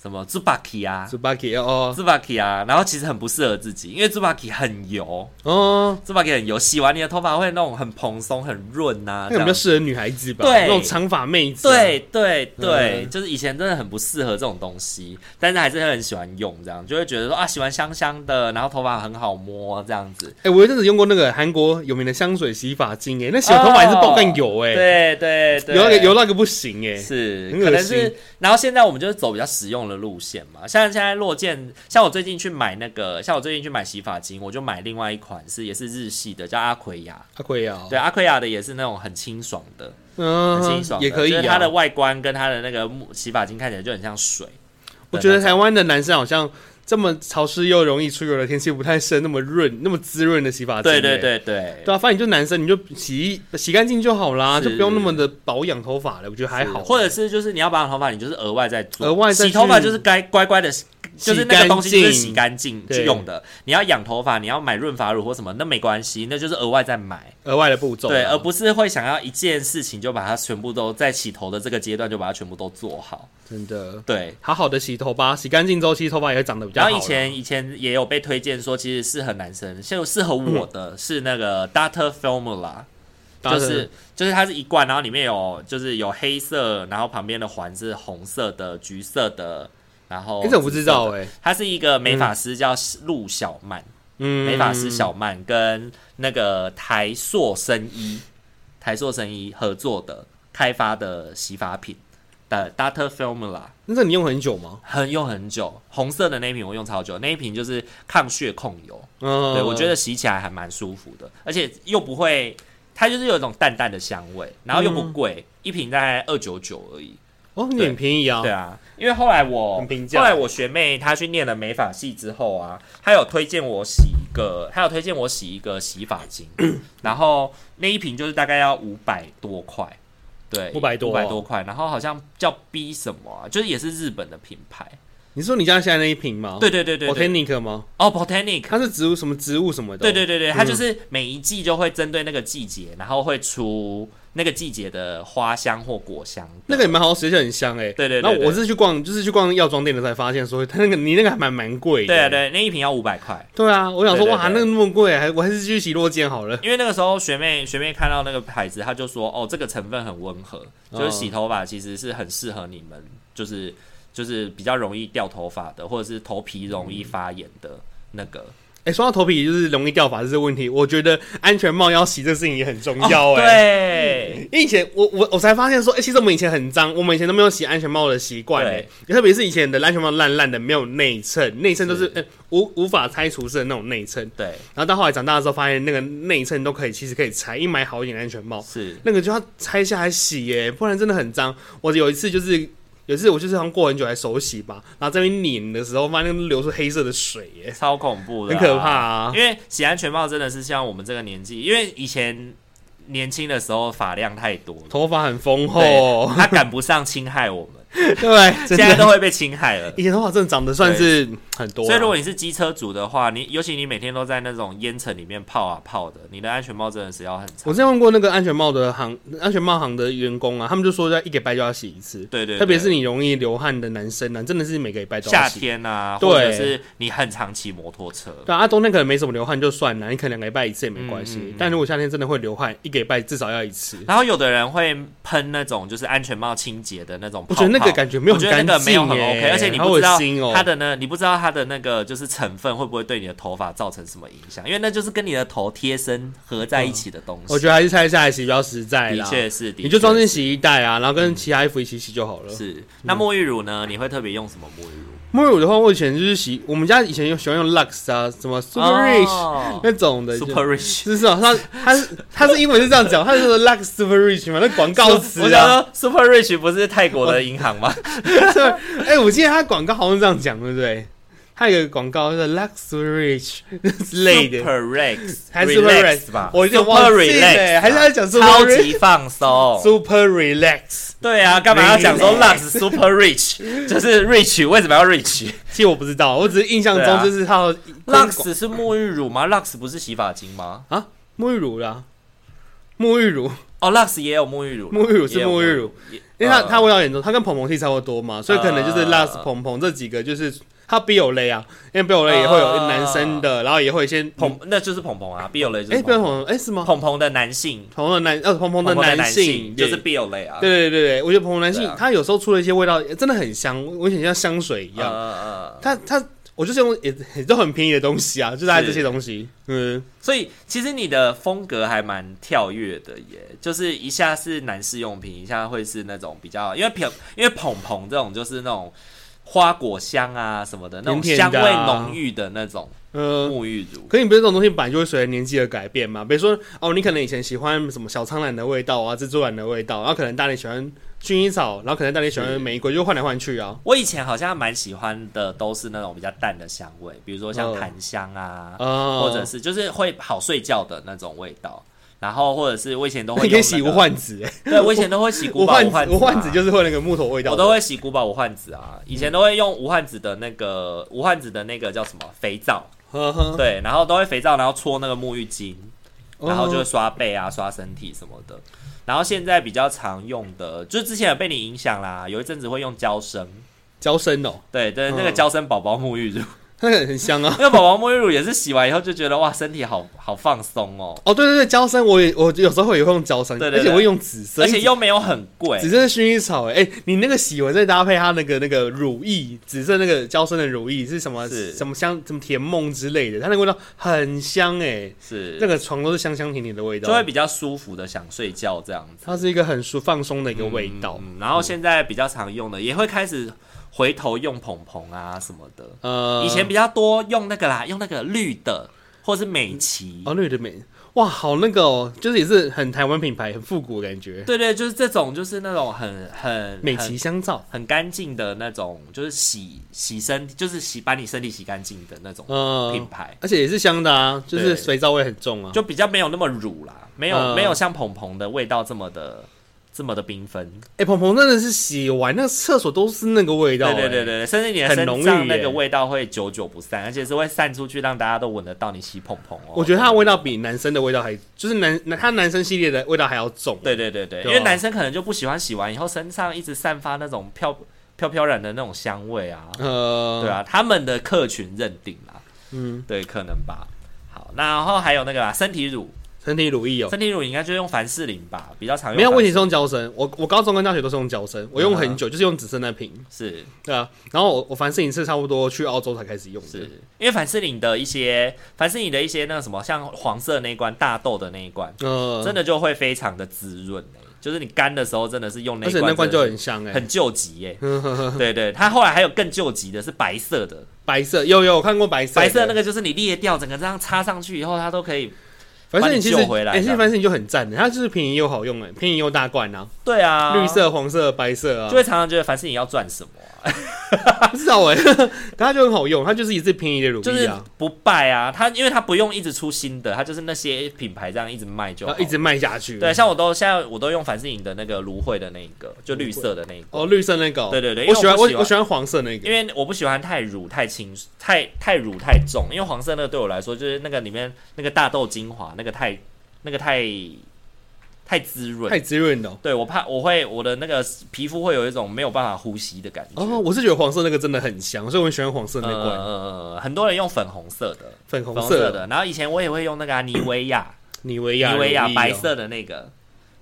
S1: 什么 Zubaki 啊
S2: z u b a k i 哦
S1: Zubaki 啊，然后其实很不适合自己，因为 Zubaki 很油
S2: 哦，
S1: ，Zubaki 很油，洗完你的头发会那种很蓬松、很润呐、啊，
S2: 那
S1: 这
S2: 个比较
S1: 样。
S2: 适合女孩子吧，
S1: 对
S2: 那种长发妹子啊。
S1: 对对对，
S2: 嗯
S1: 就是以前真的很不适合这种东西，但是还是很喜欢用，这样就会觉得说啊，喜欢香香的，然后头发很好摸这样子。
S2: 哎、我有一阵子用过那个韩国有名的香水洗发精、哎，那洗头发也是爆干油、哎、
S1: 对对对，
S2: 油那个油那个不行、哎，
S1: 是，
S2: 很
S1: 可
S2: 恶
S1: 能
S2: 心
S1: 是，然后现在我们就是走比较实用的路线嘛。像现在落健，像我最近去买那个，像我最近去买洗发精，我就买另外一款是也是日系的，叫阿奎亚。
S2: 阿奎啊，
S1: 对，阿奎亚的也是那种很清爽的，
S2: 嗯
S1: 很清爽的
S2: 也可以
S1: 就是
S2: 啊
S1: 它的。外观跟它的那个木洗发精看起来就很像水。
S2: 我觉得
S1: 对
S2: 台湾的男生好像这么潮湿又容易出油的天气不太适合那么润、 那么滋润的洗发精、
S1: 对对
S2: 哎。
S1: 对对，
S2: 对啊，反正你就男生，你就洗洗干净就好啦，
S1: 是
S2: 就不用那么的保养头发了，我觉得还好。
S1: 或者是就是你要保养头发，你就是额外再做，
S2: 额外再
S1: 洗头发
S2: 去
S1: 就是该乖乖的，就是那个东西就是洗干净
S2: 对
S1: 去用的。你要养头发，你要买润发乳或什么，那没关系，那就是额外再买。
S2: 额外的步骤啦，啊
S1: 对，而不是会想要一件事情就把它全部都在洗头的这个阶段就把它全部都做好。
S2: 真的
S1: 对，
S2: 好好的洗头吧，洗干净之后，其实头发也会长得比较
S1: 然
S2: 好啦。
S1: 后以前以前也有被推荐说，其实适合男生，就适合我的是那个 Data Formula，、
S2: 当
S1: 就
S2: 然
S1: 是就是它是一罐，然后里面有就是有黑色，然后旁边的环是红色的、橘色的，然后
S2: 哎、这我不知道
S1: 哎、
S2: 哎、
S1: 它是一个美发师叫陆小曼。
S2: 嗯，
S1: 美发师小曼跟那个台塑生医、台塑生医合作的开发的洗发品的 Data Formula，
S2: 那这你用很久吗？
S1: 很用很久，红色的那一瓶我用超久，那一瓶就是抗血控油，
S2: 嗯，
S1: 对我觉得洗起来还蛮舒服的，而且又不会，它就是有一种淡淡的香味，然后又
S2: 嗯
S1: 不贵，一瓶大概二九九而已。
S2: 哦，你很便宜啊。
S1: 对啊，因为后来我
S2: 很平价
S1: 后来我学妹她去念了美发系之后啊，她有推荐我洗一个，她有推荐我洗一个洗发 精，然后那一瓶就是大概要五百多块，对，
S2: 500多
S1: 五百多块，然后好像叫 B 什么啊，就是也是日本的品牌，
S2: 你说你家现在那一瓶吗？
S1: 对对对对对，
S2: 哦，Botanic 吗？
S1: 哦 Botanic。
S2: 它是植物什么植物什么的？
S1: 对
S2: 哦
S1: 对对对，它就是每一季就会针对那个季节，然后会出那个季节的花香或果香的。
S2: 那个也蛮好，洗，而且很香哎、欸。
S1: 对对对
S2: 然后我
S1: 对
S2: 是去逛，就是去逛药妆店的才发现说，它那个 你那个还蛮蛮贵的。
S1: 对啊对，那一瓶要五百块。
S2: 对啊，我想说
S1: 对对
S2: 哇，
S1: 对
S2: 那个那么贵，还我还是去洗落肩好了。
S1: 因为那个时候学妹学妹看到那个牌子，她就说：“哦，这个成分很温和，
S2: 哦
S1: 就是洗头发其实是很适合你们，就是就是比较容易掉头发的，或者是头皮容易发炎的那个。
S2: 哎、说到头皮就是容易掉发这个问题，我觉得安全帽要洗这事情也很重要
S1: 哦
S2: 哎、
S1: 对，
S2: 因为以前我我我才发现说，哎、其实我们以前很脏，我们以前都没有洗安全帽的习惯哎，特别是以前的安全帽烂烂的，没有内衬，内衬都是
S1: 是
S2: 呃无无法拆除式的那种内衬。
S1: 对，
S2: 然后到后来长大的时候，发现那个内衬都可以，其实可以拆，一买好一点的安全帽，
S1: 是
S2: 那个就要拆下来洗耶，不然真的很脏。我有一次就是。有一次我就是好像过很久才手洗吧，然后这边拧的时候，发现流出黑色的水耶，
S1: 超恐怖的、
S2: 很可怕。啊！
S1: 因为洗安全帽真的是像我们这个年纪，因为以前年轻的时候发量太多了，
S2: 头发很丰厚
S1: 对，，它赶不上侵害我 们，
S2: 对，
S1: 现
S2: 真
S1: 在
S2: 的
S1: 都会被侵害了。”
S2: 以前头发真的长得算是很多啊，
S1: 所以如果你是机车族的话，你尤其你每天都在那种烟尘里面泡啊泡的，你的安全帽真的是要很
S2: 我
S1: 长。
S2: 之前问过那个安全帽的行，安全帽行的员工啊，他们就说在一个礼拜就要洗一次，
S1: 对对对
S2: 特别是你容易流汗的男生啊，真的是每个礼拜都要
S1: 夏
S2: 洗。
S1: 天啊，
S2: 对
S1: 或者是你很常骑摩托车，
S2: 对啊，冬天可能没什么流汗就算了，你可能两个礼拜一次也没关系。
S1: 嗯嗯嗯
S2: 但如果夏天真的会流汗，一个礼拜至少要一次。
S1: 然后有的人会喷那种就是安全帽清洁的那种
S2: 我
S1: 泡
S2: 觉
S1: 泡，
S2: 得那个感觉没有
S1: 我
S2: 很
S1: 觉得
S2: 干
S1: 那个
S2: 净、
S1: 没有很 OK，而且你
S2: 好
S1: 不
S2: 恶
S1: 知道
S2: 心哦。
S1: 它的呢，你不知道它的那个就是成分会不会对你的头发造成什么影响，因为那就是跟你的头贴身合在一起的东西。
S2: 我觉得还是拆下来洗比较实在
S1: 的
S2: 啦。
S1: 确是，的
S2: 你就装
S1: 确
S2: 进
S1: 是嗯
S2: 洗衣袋啊，然后跟其他衣服一起洗就好了。
S1: 是。那沐浴乳呢？你会特别用什么沐浴乳？
S2: 沐浴乳的话，我以前就是喜，我们家以前有喜欢用 Lux 啊，什么 Super Rich、
S1: 哦
S2: 那种的就
S1: Super Rich
S2: 就是啊，他他是他是英文是这样讲，他是说 Lux Super Rich 嘛，那广告
S1: 我
S2: 词
S1: 想
S2: 啊，
S1: 说 Super Rich 不是泰国的银行吗？
S2: 对，哎、我记得他广告好像这样讲，对不对？他有一个广告是 Lux Super Rich 之类的
S1: Super Rex
S2: 还是 Super
S1: Relax
S2: Rex
S1: 吧？
S2: 我有点
S1: Super
S2: 忘记了、
S1: Relax，
S2: 还是他讲 Super
S1: 超
S2: Rich
S1: 级放松。
S2: Super Relax。
S1: 对啊，干嘛要讲说
S2: Relax
S1: Lux Super Rich？就是 Rich 为什么要 Rich？Lux
S2: 其实我不知道，我只是印象
S1: 对
S2: 中
S1: 啊
S2: 就是他有
S1: 是沐浴乳吗？Lux 不是洗发精吗？
S2: 啊沐浴乳啦，沐浴乳，
S1: 哦，Lux 也有沐浴乳，
S2: 沐浴乳是
S1: 也有
S2: 沐浴乳，
S1: 也
S2: 因为它
S1: 呃
S2: 它味道严重，它跟蓬蓬 T 差不多嘛，所以可能就是
S1: 呃
S2: Lux 蓬蓬这几个就是它 B 有类啊，因为 B 有类也会有
S1: 呃
S2: 男生的，然后也会有一些
S1: 蓬，那就是蓬蓬啊，Biol 类就
S2: 哎
S1: 是
S2: 不是
S1: 蓬
S2: 蓬哎是吗？
S1: 蓬蓬的男性，
S2: 蓬蓬的男呃蓬蓬的
S1: 蓬蓬的
S2: 男
S1: 性就
S2: 对
S1: 是 Biol 类啊，
S2: 对对对对，我觉得蓬蓬男性
S1: 对啊
S2: 它有时候出了一些味道真的很香，我想像香水一
S1: 呃，
S2: 样，
S1: 呃呃
S2: 它它我就是用也也都很便宜的东西啊，就大概这些东西，嗯。
S1: 所以其实你的风格还蛮跳跃的耶，就是一下是男士用品，一下会是那种比较，因为蓬因为蓬蓬这种就是那种花果香啊什么的那种
S2: 甜
S1: 香
S2: 甜的
S1: 味
S2: 啊
S1: 浓郁的那种
S2: 呃，
S1: 沐浴乳。
S2: 可你不是这种东西本来就会随着年纪而改变嘛？比如说哦，你可能以前喜欢什么小苍兰的味道啊、蜘蛛兰的味道，然后可能大你喜欢薰衣草，然后可能大你喜欢玫瑰，就换来换去啊。
S1: 我以前好像蛮喜欢的，都是那种比较淡的香味，比如说像
S2: 嗯
S1: 檀香啊，
S2: 啊，
S1: 或者是就是会好睡觉的那种味道。然后或者是我以前都会
S2: 你可以
S1: 用
S2: 洗
S1: 那
S2: 无
S1: 个，
S2: 患子，哎
S1: 对，我以前都会洗古
S2: 无
S1: 堡
S2: 患
S1: 无患
S2: 无患
S1: 啊
S2: 子就是会那个木头味道
S1: 我
S2: 的，
S1: 都会洗古堡无患子啊，以前都会用无患子的那个无患子的那个叫什么肥皂，
S2: 呵呵，
S1: 对，然后都会肥皂，然后搓那个沐浴巾，
S2: 嗯哦
S1: 然后就会刷背啊、刷身体什么的。然后现在比较常用的，就是之前有被你影响啦，有一阵子会用娇生，
S2: 娇生哦，
S1: 对对，那个
S2: 嗯
S1: 娇生宝宝沐浴乳，
S2: 那个很香啊。
S1: 那个宝宝沐浴乳也是洗完以后就觉得哇，身体好好放松哦，
S2: 哦，对对对，娇生我也我有时候也会用娇生，
S1: 对对
S2: 而
S1: 对
S2: 且我会用紫色，
S1: 而且又没有很贵
S2: 紫，色是薰衣草哎、欸你那个洗完再搭配它那个那个乳液，紫色那个娇生的乳液是什么？
S1: 是
S2: 什么香？什么甜梦之类的，它那个味道很香哎、
S1: 是
S2: 那个床都是香香甜甜的味道，
S1: 就会比较舒服的想睡觉这样子。
S2: 它是一个很舒放松的一个味道。
S1: 嗯，然后现在比较常用的也会开始回头用蓬蓬啊什么的，
S2: 呃，
S1: 以前比较多用那个啦，用那个绿的或是美琪。
S2: 哦，绿的美，哇，好那个哦，就是也是很台湾品牌，很复古的感觉。
S1: 对对，就是这种，就是那种很很
S2: 美
S1: 很
S2: 琪香皂，
S1: 很干净的那种，就是洗洗身体，就是洗把你身体洗干净的那种品
S2: 嗯，
S1: 牌，
S2: 而且也是香的啊，就是
S1: 对
S2: 肥皂味很重啊。
S1: 就比较没有那么乳啦，没有、
S2: 嗯
S1: 没有像蓬蓬的味道这么的这么的缤纷。
S2: 哎、鹏鹏真的是洗完那个厕所都是那个味道、
S1: 对对
S2: 欸，
S1: 对对对，甚至你的
S2: 很
S1: 身
S2: 浓郁
S1: 上那
S2: 耶
S1: 个味道会久久不散，而且是会散出去，让大家都闻得到你洗蓬蓬哦。
S2: 我觉得它的味道比男生的味道还，就是男男它男生系列的味道还要重。
S1: 对对对对，
S2: 对
S1: 因
S2: 啊
S1: 为男生可能就不喜欢洗完以后身上一直散发那种飘飘飘然的那种香味啊，
S2: 呃，
S1: 对，啊，他们的客群认定啦，
S2: 嗯，
S1: 对，可能吧。好，那然后还有那个啦，身体乳，
S2: 身体乳液哦，
S1: 身体乳你应该就用凡士林吧，比较常用。
S2: 没有，我以前是用胶身，我我高中跟大学都是用胶身，我用很
S1: 啊
S2: 久，就是用紫色那瓶，
S1: 是
S2: 对啊，然后我我凡士林是差不多去澳洲才开始用的，
S1: 是，因为凡士林的一些凡士林的一些那个什么，像黄色那一罐大豆的那一罐，
S2: 呃，
S1: 真的就会非常的滋润、欸、就是你干的时候真的是用那
S2: 而
S1: 一
S2: 且
S1: 罐，
S2: 那罐就很香哎、
S1: 很救急耶、 对对，它后来还有更救急的是白色的，
S2: 白色有有我看过白色
S1: 白色那
S2: 个，
S1: 个就是你裂掉，整个这样插上去以后，它都可以。
S2: 凡士林其实
S1: 把你救回来啊
S2: 哎，
S1: 这
S2: 其实
S1: 样
S2: 凡士林就很赞的，它就是便宜又好用哎，便宜又大罐啊，
S1: 对啊，
S2: 绿色、黄色、白色啊
S1: 就，会常常觉得凡士林要赚什么啊、
S2: 不知 道哎，但它就很好用，它就是一支便宜的乳
S1: 就
S2: 液
S1: 是
S2: 啊，
S1: 不败啊。它因为它不用一直出新的，它就是那些品牌这样一直卖就
S2: 然
S1: 好
S2: 后啊一直卖下去，
S1: 对，像我都现在我都用凡士林的那个芦荟的那一个，就绿色的那一个。
S2: 哦，绿色那个哦，
S1: 对对对因
S2: 我
S1: 为
S2: 喜欢
S1: 我不
S2: 我
S1: 喜欢
S2: 我喜欢黄色那
S1: 因
S2: 个，
S1: 为我不喜欢太乳、太清、太太乳太重，因为黄色那个对我来说，就是那个里面那个大豆精华，那个太那个太太滋润
S2: 太，滋润了哦。
S1: 对我怕我会我的那个皮肤会有一种没有办法呼吸的感觉。
S2: 哦，我是觉得黄色那个真的很香，所以我很喜欢黄色那
S1: 呃
S2: 罐、
S1: 呃，很多人用粉红色的，
S2: 粉
S1: 粉
S2: 红
S1: 红
S2: 色
S1: 色
S2: 的
S1: 的。然后以前我也会用那 个、啊、妮维雅，
S2: 妮维
S1: 妮
S2: 雅，
S1: 维雅
S2: 乳液哦
S1: 白。色的那个，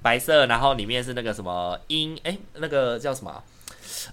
S1: 白色，然后里面是那个什么樱，哎、那个叫什么啊？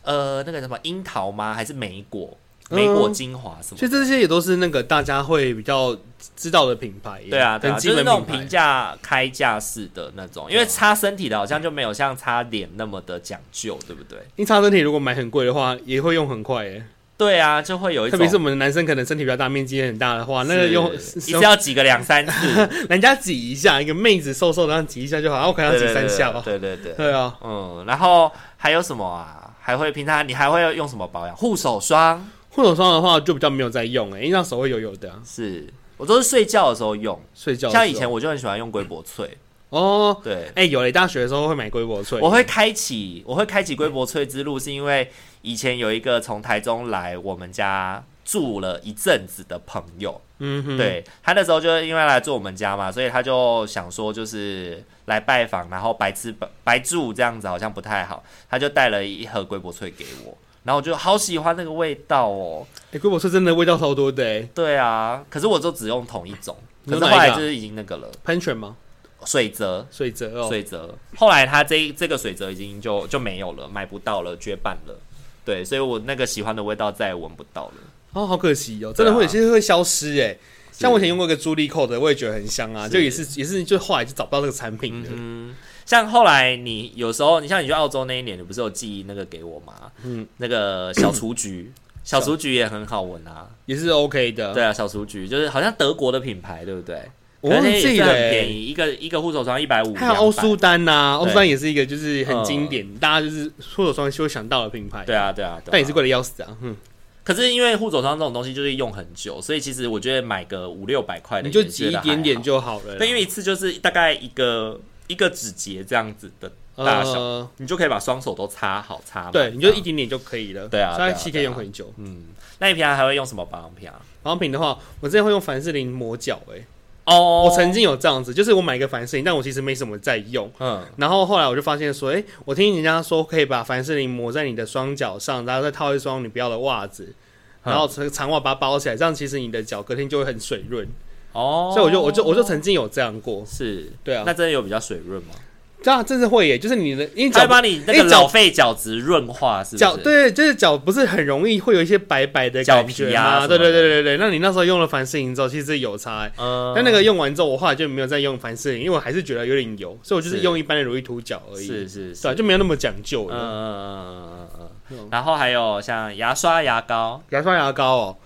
S1: 呃，那个什么樱桃吗？还是莓果？莓果
S2: 嗯
S1: 精华什么的？
S2: 其实这些也都是那个大家会比较知道的品牌耶，
S1: 对啊，对
S2: 很
S1: 啊，
S2: 基
S1: 就是
S2: 本
S1: 那种
S2: 品
S1: 平
S2: 牌。
S1: 价开价式的那种，因为擦身体的好像就没有像擦脸那么的讲究，对不对？
S2: 因为擦身体如果买很贵的话，也会用很快耶。
S1: 对啊，就会有一
S2: 特
S1: 种，
S2: 别是我们男生可能身体比较大，面积也很大的话，那个用
S1: 是一次要挤个两三次，
S2: 人家挤一下，一个妹子瘦瘦的，让挤一下就好，然后可能要
S1: 对
S2: 挤
S1: 对
S2: 三
S1: 对
S2: 下哦。
S1: 对对对，
S2: 对啊，
S1: 嗯，然后还有什么啊？还会平常你还会用什么保养？护手霜
S2: 护手霜的话就比较没有在用哎、因为那手会油油的啊、
S1: 是我都是睡觉的时候用，
S2: 睡觉的时候
S1: 像以前我就很喜欢用龟柏萃，
S2: 哦，
S1: 对。
S2: 哎、有嘞，大学的时候会买龟柏萃，
S1: 我会开启，我会开启龟柏萃之路，是因为以前有一个从台中来我们家住了一阵子的朋友，
S2: 嗯哼，
S1: 对他那时候就是因为来住我们家嘛，所以他就想说就是来拜访，然后白吃白白住这样子好像不太好，他就带了一盒龟柏萃给我，然后我就好喜欢那个味道哦。
S2: 哎，龟柏萃真的味道超多的哎，
S1: 对啊，可是我就只用同一种，
S2: 你
S1: 可
S2: 用
S1: 是
S2: 哪
S1: 后来
S2: 一个啊
S1: 就是已经那个了，
S2: 喷泉吗？
S1: 水泽。
S2: 水泽哦，
S1: 水泽，后来他这这个水泽已经就就没有了，买不到了，绝版了。对，所以我那个喜欢的味道再也闻不到了。
S2: 哦，好可惜哦，真的会有
S1: 对啊
S2: 些会消失哎。
S1: 是
S2: 像我以前用过一个朱莉蔻的，我也觉得很香啊，
S1: 是
S2: 就也是也是就后来就找不到这个产品了。
S1: 嗯，像后来你有时候，你像你去澳洲那一年，你不是有寄那个给我吗？
S2: 嗯
S1: 嗯，那个小雏 菊，小雏菊也很好闻啊。
S2: 也是 OK 的。
S1: 对，啊，小雏菊就是好像德国的品牌，对不对？
S2: 我忘记
S1: 可是也是
S2: 了
S1: 很
S2: 欸
S1: 便宜，一个一个护手霜一百五，
S2: 还有欧舒丹呐、欧
S1: 对
S2: 舒丹也是一个就是很经典，大家就是护手霜就会想到的品牌。
S1: 对啊，对啊，对啊
S2: 但也是贵的要死啊！嗯，
S1: 可是因为护手霜这种东西就是用很久，所以其实我觉得买个五六百块的
S2: 你就
S1: 也觉
S2: 挤
S1: 得
S2: 一
S1: 还
S2: 点点
S1: 好
S2: 就好了啦。
S1: 但因为一次就是大概一个一个指节这样子的，大小
S2: 呃，
S1: 你就可以把双手都擦好擦满。
S2: 对，你就
S1: 这
S2: 一
S1: 样
S2: 点点就可以了。
S1: 对啊
S2: 所以
S1: 对啊
S2: 它其实可
S1: 对
S2: 以
S1: 啊
S2: 用很久。
S1: 嗯。那你平常还会用什么保养品啊？
S2: 保养品的话，我之前会用凡士林抹脚，哎，
S1: 哦
S2: 我曾经有这样子，就是我买一个凡士林，但我其实没什么在用。
S1: 嗯
S2: 然后后来我就发现说，哎、我听人家说可以把凡士林抹在你的双脚上，然后再套一双你不要的袜子，
S1: 嗯
S2: 然后长长袜把它包起来，这样其实你的脚隔天就会很水润。
S1: 哦，
S2: 所以我就我就我就曾经有这样过，
S1: 是
S2: 对啊
S1: 那真的有比较水润吗？
S2: 这样真的会耶，就是你的因为
S1: 它
S2: 脚
S1: 会把你那
S2: 因
S1: 个
S2: 为脚
S1: 老废角质润化，是不是？
S2: 脚对，就是脚不是很容易会有一些白白的
S1: 脚
S2: 感
S1: 皮
S2: 觉
S1: 啊
S2: 吗？
S1: 什
S2: 对
S1: 么
S2: 对
S1: 的
S2: 对对对，那你那时候用了凡士林之后，其实有差欸耶。
S1: 嗯，
S2: 但那个用完之后，我后来就没有再用凡士林，因为我还是觉得有点油，所以我就是
S1: 是
S2: 用一般的乳液涂脚而已，
S1: 是是是，
S2: 对啊，就没有那么讲究
S1: 嗯嗯
S2: 了。
S1: 嗯嗯嗯嗯。然后还有像牙刷、牙膏，
S2: 牙刷、牙膏哦，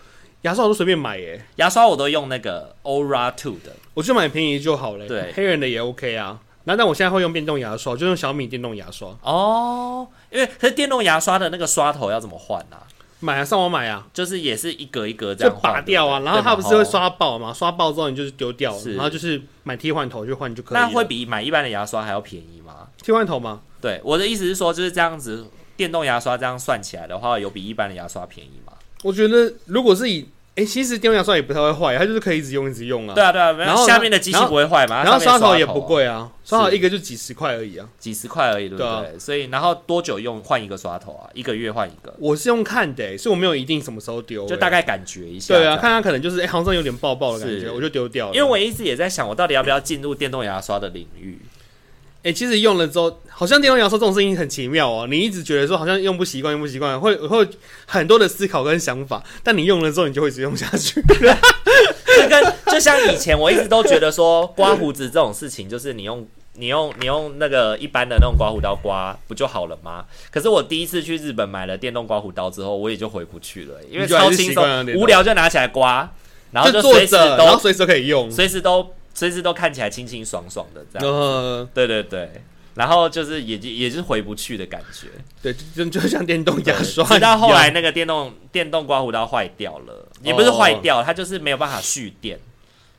S2: 牙刷我都随便买耶，
S1: 牙刷我都用那个 Ora Two 的，
S2: 我就买便宜就好了。
S1: 对
S2: 黑人的也 OK 啊。那但我现在会用电动牙刷，我就用小米电动牙刷，
S1: 哦，因为可是电动牙刷的那个刷头要怎么换啊？
S2: 买啊，上网买啊，
S1: 就是也是一格一格这
S2: 就
S1: 样换
S2: 拔掉啊。
S1: 对对
S2: 然后它
S1: 对
S2: 不是会
S1: 然后
S2: 刷爆嘛？刷爆之后你就是丢掉，
S1: 是
S2: 然后就是买替换头去换就可以了。
S1: 那会比买一般的牙刷还要便宜吗？
S2: 替换头吗？
S1: 对，我的意思是说，就是这样子，电动牙刷这样算起来的话，有比一般的牙刷便宜吗？
S2: 我觉得如果是以哎、其实电动牙刷也不太会坏，它就是可以一直用一直用啊。
S1: 对啊，对啊，
S2: 然后呢
S1: 下面的机器不会坏嘛，
S2: 然后
S1: 它上
S2: 刷
S1: 面
S2: 头
S1: 头
S2: 也不
S1: 啊，
S2: 贵啊，刷头
S1: 是
S2: 一个就几十块而已啊。
S1: 几十块而已，对不
S2: 对啊
S1: 对？所以然后多久用换一个刷头啊？一个月换一个，
S2: 我是用看的、欸，所以我没有一定什么时候丢、欸，
S1: 就大概感觉一下。
S2: 对啊，
S1: 这样
S2: 看它可能就是哎、好像真的有点爆爆的感
S1: 是
S2: 觉，我就丢掉了。
S1: 因为我一直也在想，我到底要不要进入电动牙刷的领域？
S2: 哎、其实用了之后，好像电动牙刷这种事情很奇妙哦。你一直觉得说好像用不习惯，用不习惯，会会有很多的思考跟想法，但你用了之后，你就会一直用下去。
S1: 这跟就像以前我一直都觉得说刮胡子这种事情，就是你用你用你用那个一般的那种刮胡刀刮不就好了吗？可是我第一次去日本买了电动刮胡刀之后，我也就回不去了，欸因为
S2: 你就还
S1: 超
S2: 是
S1: 轻
S2: 习惯了
S1: 松
S2: 电，动
S1: 无聊就拿起来刮，然后
S2: 就坐
S1: 随时
S2: 着，然后
S1: 都
S2: 随时都可以用。
S1: 随时都随时都看起来清清爽爽的这样。
S2: 呃，
S1: 对对对。然后就是也也就是回不去的感觉，
S2: 对，就就像电动牙刷一样，
S1: 直到后来那个电动电动刮胡刀坏掉了，也不是坏掉，它就是没有办法蓄电，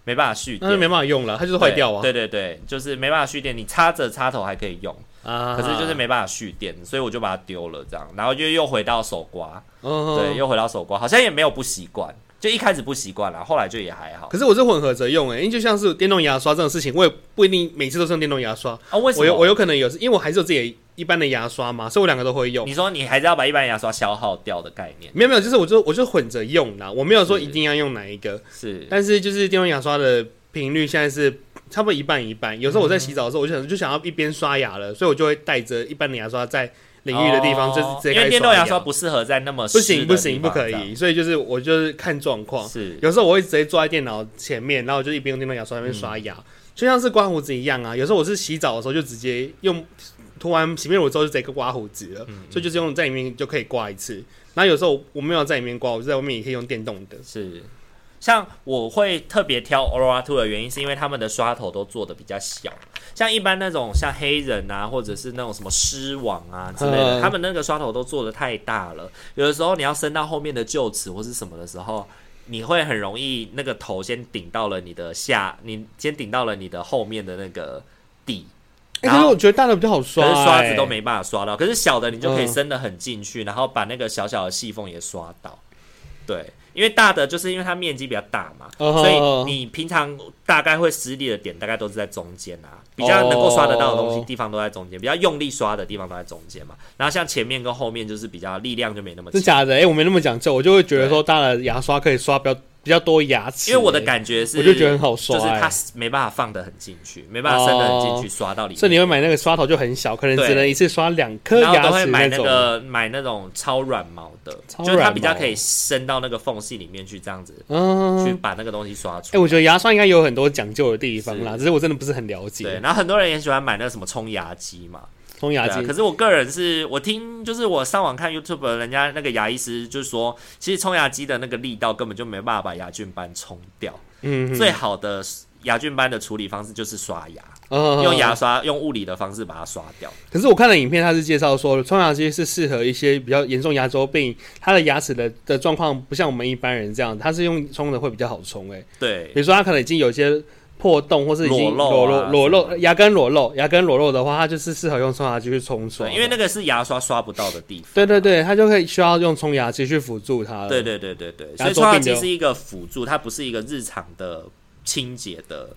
S1: 没办法蓄
S2: 哦那
S1: 电
S2: 就，没办法用了，它就是坏掉啊。
S1: 对对对，就是没办法蓄电，你插着插头还可以用，
S2: 啊，
S1: 可是就是没办法蓄电，所以我就把它丢了这样，然后又又回到手刮，
S2: 嗯，
S1: 对，又回到手刮，好像也没有不习惯，就一开始不习惯啦，后来就也还好
S2: 可是我是混合着用诶、欸因为就像是电动牙刷这种事情，我也不一定每次都是用电动牙刷。
S1: 啊。为什
S2: 我有
S1: 么？
S2: 我有可能有，因为我还是有自己一般的牙刷嘛，所以我两个都会用。
S1: 你说你还是要把一般牙刷消耗掉的概念
S2: 没有没有，就是我就我就混着用啦，我没有说
S1: 是
S2: 一定要用哪一个，
S1: 是
S2: 但是就是电动牙刷的频率现在是差不多一半一半。有时候我在洗澡的时候，我就想就想要一边刷牙了，所以我就会带着一般的牙刷在淋浴的地方，就是直
S1: 哦
S2: 接
S1: 因
S2: 开
S1: 为
S2: 始
S1: 电动牙
S2: 牙
S1: 刷不适合在那么湿
S2: 不
S1: 的
S2: 行不行
S1: 地
S2: 不
S1: 方
S2: 可
S1: 这样
S2: 以，哦所以就是我就是看状况。
S1: 是
S2: 有时候我会直接坐在电脑前面，然后我就一边用电动牙刷在那边刷牙，就像是刮胡子一样啊。有时候我是洗澡的时候就直接用涂完洗面乳之后就直接刮胡子了，所以就是用在里面就可以刮一次。然后有时候我没有在里面刮，我就在外面也可以用电动的。
S1: 是。像我会特别挑 Aura Two 的原因，是因为他们的刷头都做的比较小，像一般那种像黑人啊，或者是那种什么狮王啊之类的，
S2: 嗯
S1: 他们那个刷头都做的太大了，有的时候你要伸到后面的臼齿或是什么的时候。你会很容易那个头先顶到了你的下，你先顶到了你的后面的那个底，
S2: 哎、
S1: 然
S2: 可是
S1: 后
S2: 我觉得大的比较好
S1: 可
S2: 刷、
S1: 是刷
S2: 哎
S1: 子都。没办法刷到，可是小的你就可以
S2: 嗯
S1: 伸得很进去，然后把那个小小的细缝也刷到。对，因为大的就是因为它面积比较大嘛，
S2: 嗯
S1: 所以你平常大概会施力的点大概都是在中间啊，比较能够刷得到的东西
S2: 哦
S1: 地方都在中间，比较用力刷的地方都在中间嘛。然后像前面跟后面就是比较力量就没那么
S2: 真
S1: 强。
S2: 假的？哎、我没那么讲究，我就会觉得说大的牙刷可以刷比较比较多牙齿、
S1: 因为我的
S2: 哎
S1: 感觉是，
S2: 我就觉得很好刷
S1: 就是它
S2: 哎
S1: 没办法放得很进去，没办法伸得很进去，刷到里面。
S2: 所以你会买那个刷头就很小，可能
S1: 对
S2: 只能一次刷两颗
S1: 然后
S2: 牙
S1: 都会
S2: 齿
S1: 买那
S2: 种。
S1: 个买那种超软毛的，
S2: 超
S1: 就是它
S2: 软毛
S1: 比较可以伸到那个缝隙里面去，这样子、
S2: 嗯，
S1: 去把那个东西刷
S2: 哎、
S1: 出来。
S2: 我觉得牙刷应该有很多讲究的地方啦，
S1: 是
S2: 只是我真的不是很了
S1: 对，
S2: 解。
S1: 然后很多人也喜欢买那个什么冲牙机嘛，
S2: 冲牙
S1: 对啊
S2: 机、
S1: 可是我个人是我听，就是我上网看 YouTube，人家那个牙医师就是说，其实冲牙机的那个力道根本就没办法把牙菌斑冲掉。
S2: 嗯，
S1: 最好的牙菌斑的处理方式就是刷牙，
S2: 嗯
S1: 用牙。刷用物理的方式把它刷掉。
S2: 可是我看了影片，它是介绍说，冲牙机是适合一些比较严重牙周病，它的牙齿的的状况不像我们一般人这样，它是用冲的会比较好冲。哎，比
S1: 对，
S2: 如说它可能已经有一些破洞，或是已经
S1: 裸露啊什
S2: 裸露裸
S1: 么
S2: 露
S1: 的
S2: 牙根裸露，牙根裸露的话，它就是适合用冲牙机去冲刷
S1: 对，
S2: 的。
S1: 因为那个是牙刷刷不到的地方。
S2: 对对对，它就可以需要用冲牙机去辅助它了。
S1: 对对对对对，
S2: 牙
S1: 所以
S2: 周
S1: 刷牙
S2: 病
S1: 机
S2: 的
S1: 是一个辅助，它不是一个日常的清洁的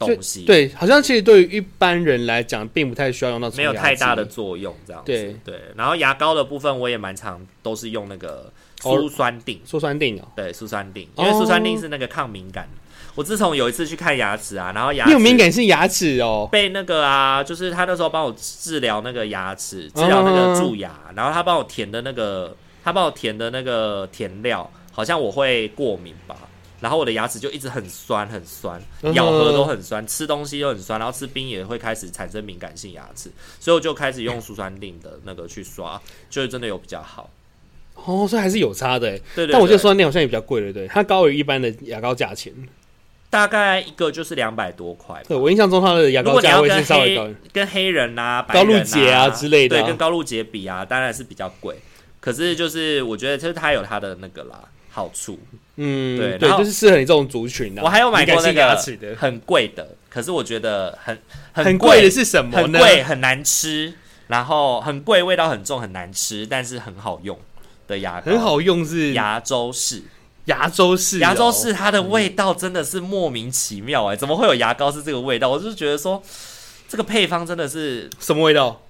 S2: 就
S1: 东西，，
S2: 对，好像其实对于一般人来讲，并不太需要用到冲
S1: 没有
S2: 牙
S1: 太
S2: 机
S1: 大的作用，这样子。
S2: 对
S1: 然后牙膏的部分我也蛮常都是用那个
S2: 哦
S1: 苏酸定，
S2: 说酸定哦。
S1: 对，苏酸定，因为
S2: 哦
S1: 苏酸定是那个抗敏感。我自从有一次去看牙齿啊，然后牙
S2: 你
S1: 齿
S2: 有敏感性牙齿哦，
S1: 被那个啊，就是他那时候帮我治疗那个牙齿，治疗那个蛀牙，
S2: 嗯
S1: 然后他帮我填的那个，他帮我填的那个填料，好像我会过敏吧。然后我的牙齿就一直很酸，很酸，
S2: 嗯
S1: 咬合都很酸，吃东西又很酸，然后吃冰也会开始产生敏感性牙齿，所以我就开始用舒酸定的那个去刷，就是真的有比较好。
S2: 哦，所以还是有差的欸。
S1: 对对
S2: 但我觉得
S1: 对
S2: 说酸定好像也比较贵，对不对？它高于一般的牙膏价钱。
S1: 大概一个就是两百多块吧，
S2: 对我印象中它的牙
S1: 如
S2: 膏
S1: 果你
S2: 价
S1: 要
S2: 位
S1: 跟
S2: 是稍微高
S1: 黑
S2: 于。
S1: 跟黑人呐、白
S2: 高露
S1: 人
S2: 洁
S1: 啊
S2: 啊之类的啊
S1: 对，跟高露洁比啊，当然是比较贵。可是就是我觉得，就是它有它的那个啦好处。
S2: 嗯，
S1: 对
S2: 对，
S1: 然后
S2: 就是适合你这种族群啊。
S1: 我还有买
S2: 敏感
S1: 过那
S2: 性
S1: 个
S2: 牙齿的，
S1: 很贵的，可是我觉得很
S2: 很贵
S1: 贵
S2: 的，是什么
S1: 很
S2: 呢？
S1: 贵，很难吃，然后很贵，味道很重，很难吃，但是很好用的牙膏，
S2: 很好用是
S1: 牙周氏。
S2: 牙周式哦，
S1: 牙周是它的味道真的是莫名其妙哎、怎么会有牙膏是这个味道？我就是觉得说，这个配方真的是
S2: 什么 味道？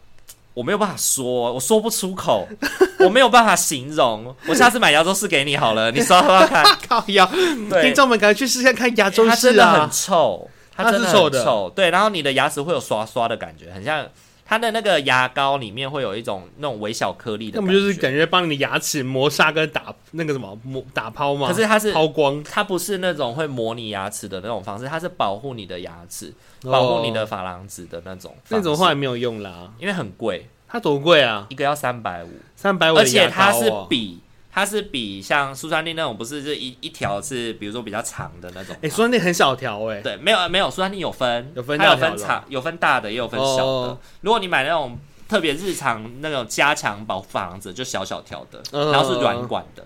S1: 我没有办法说，我说不出口， 我没有办法形容。我下次买牙周式给你好了，你刷刷看。
S2: 靠腰，
S1: 对
S2: 听众们赶快去试看看牙周
S1: 它真
S2: 式
S1: 的很
S2: 啊！
S1: 臭，它真的
S2: 它是
S1: 很
S2: 臭的
S1: 臭。对，然后你的牙齿会有刷刷的感觉，很像它的那个牙膏里面会有一种那种微小颗粒的感
S2: 那不
S1: 觉。
S2: 就是感觉帮你的牙齿磨砂跟打那个什么磨打抛吗？
S1: 可是它是
S2: 抛光，
S1: 它不是那种会磨你牙齿的那种方式，它是保护你的牙齿，
S2: 哦
S1: 保护你的珐琅质的那种方式
S2: 那种话也没有用啦。
S1: 因为很贵，
S2: 它多贵啊？
S1: 一个要三百五。
S2: 三百五，
S1: 而且它
S2: 哦
S1: 是比它是比像苏珊丽那种，不是就一一条是比如说比较长的那种吗。
S2: 哎、说那很小条哎、
S1: 对，没有没有，苏珊丽有分，
S2: 有分
S1: 它有
S2: 大条
S1: 分
S2: 的
S1: 长，有分大的，也有分小的。
S2: 哦
S1: 如果你买那种特别日常那种加强保护房子，就小小条的，
S2: 嗯
S1: 然后是软管的。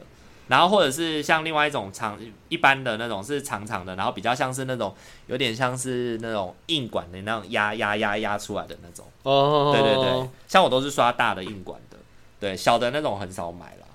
S1: 然后或者是像另外一种长一般的那种是长长的，然后比较像是那种有点像是那种硬管的那种压压压压出来的那种。
S2: 哦，
S1: 对对对，像我都是刷大的硬管的，对小的那种很少买啦。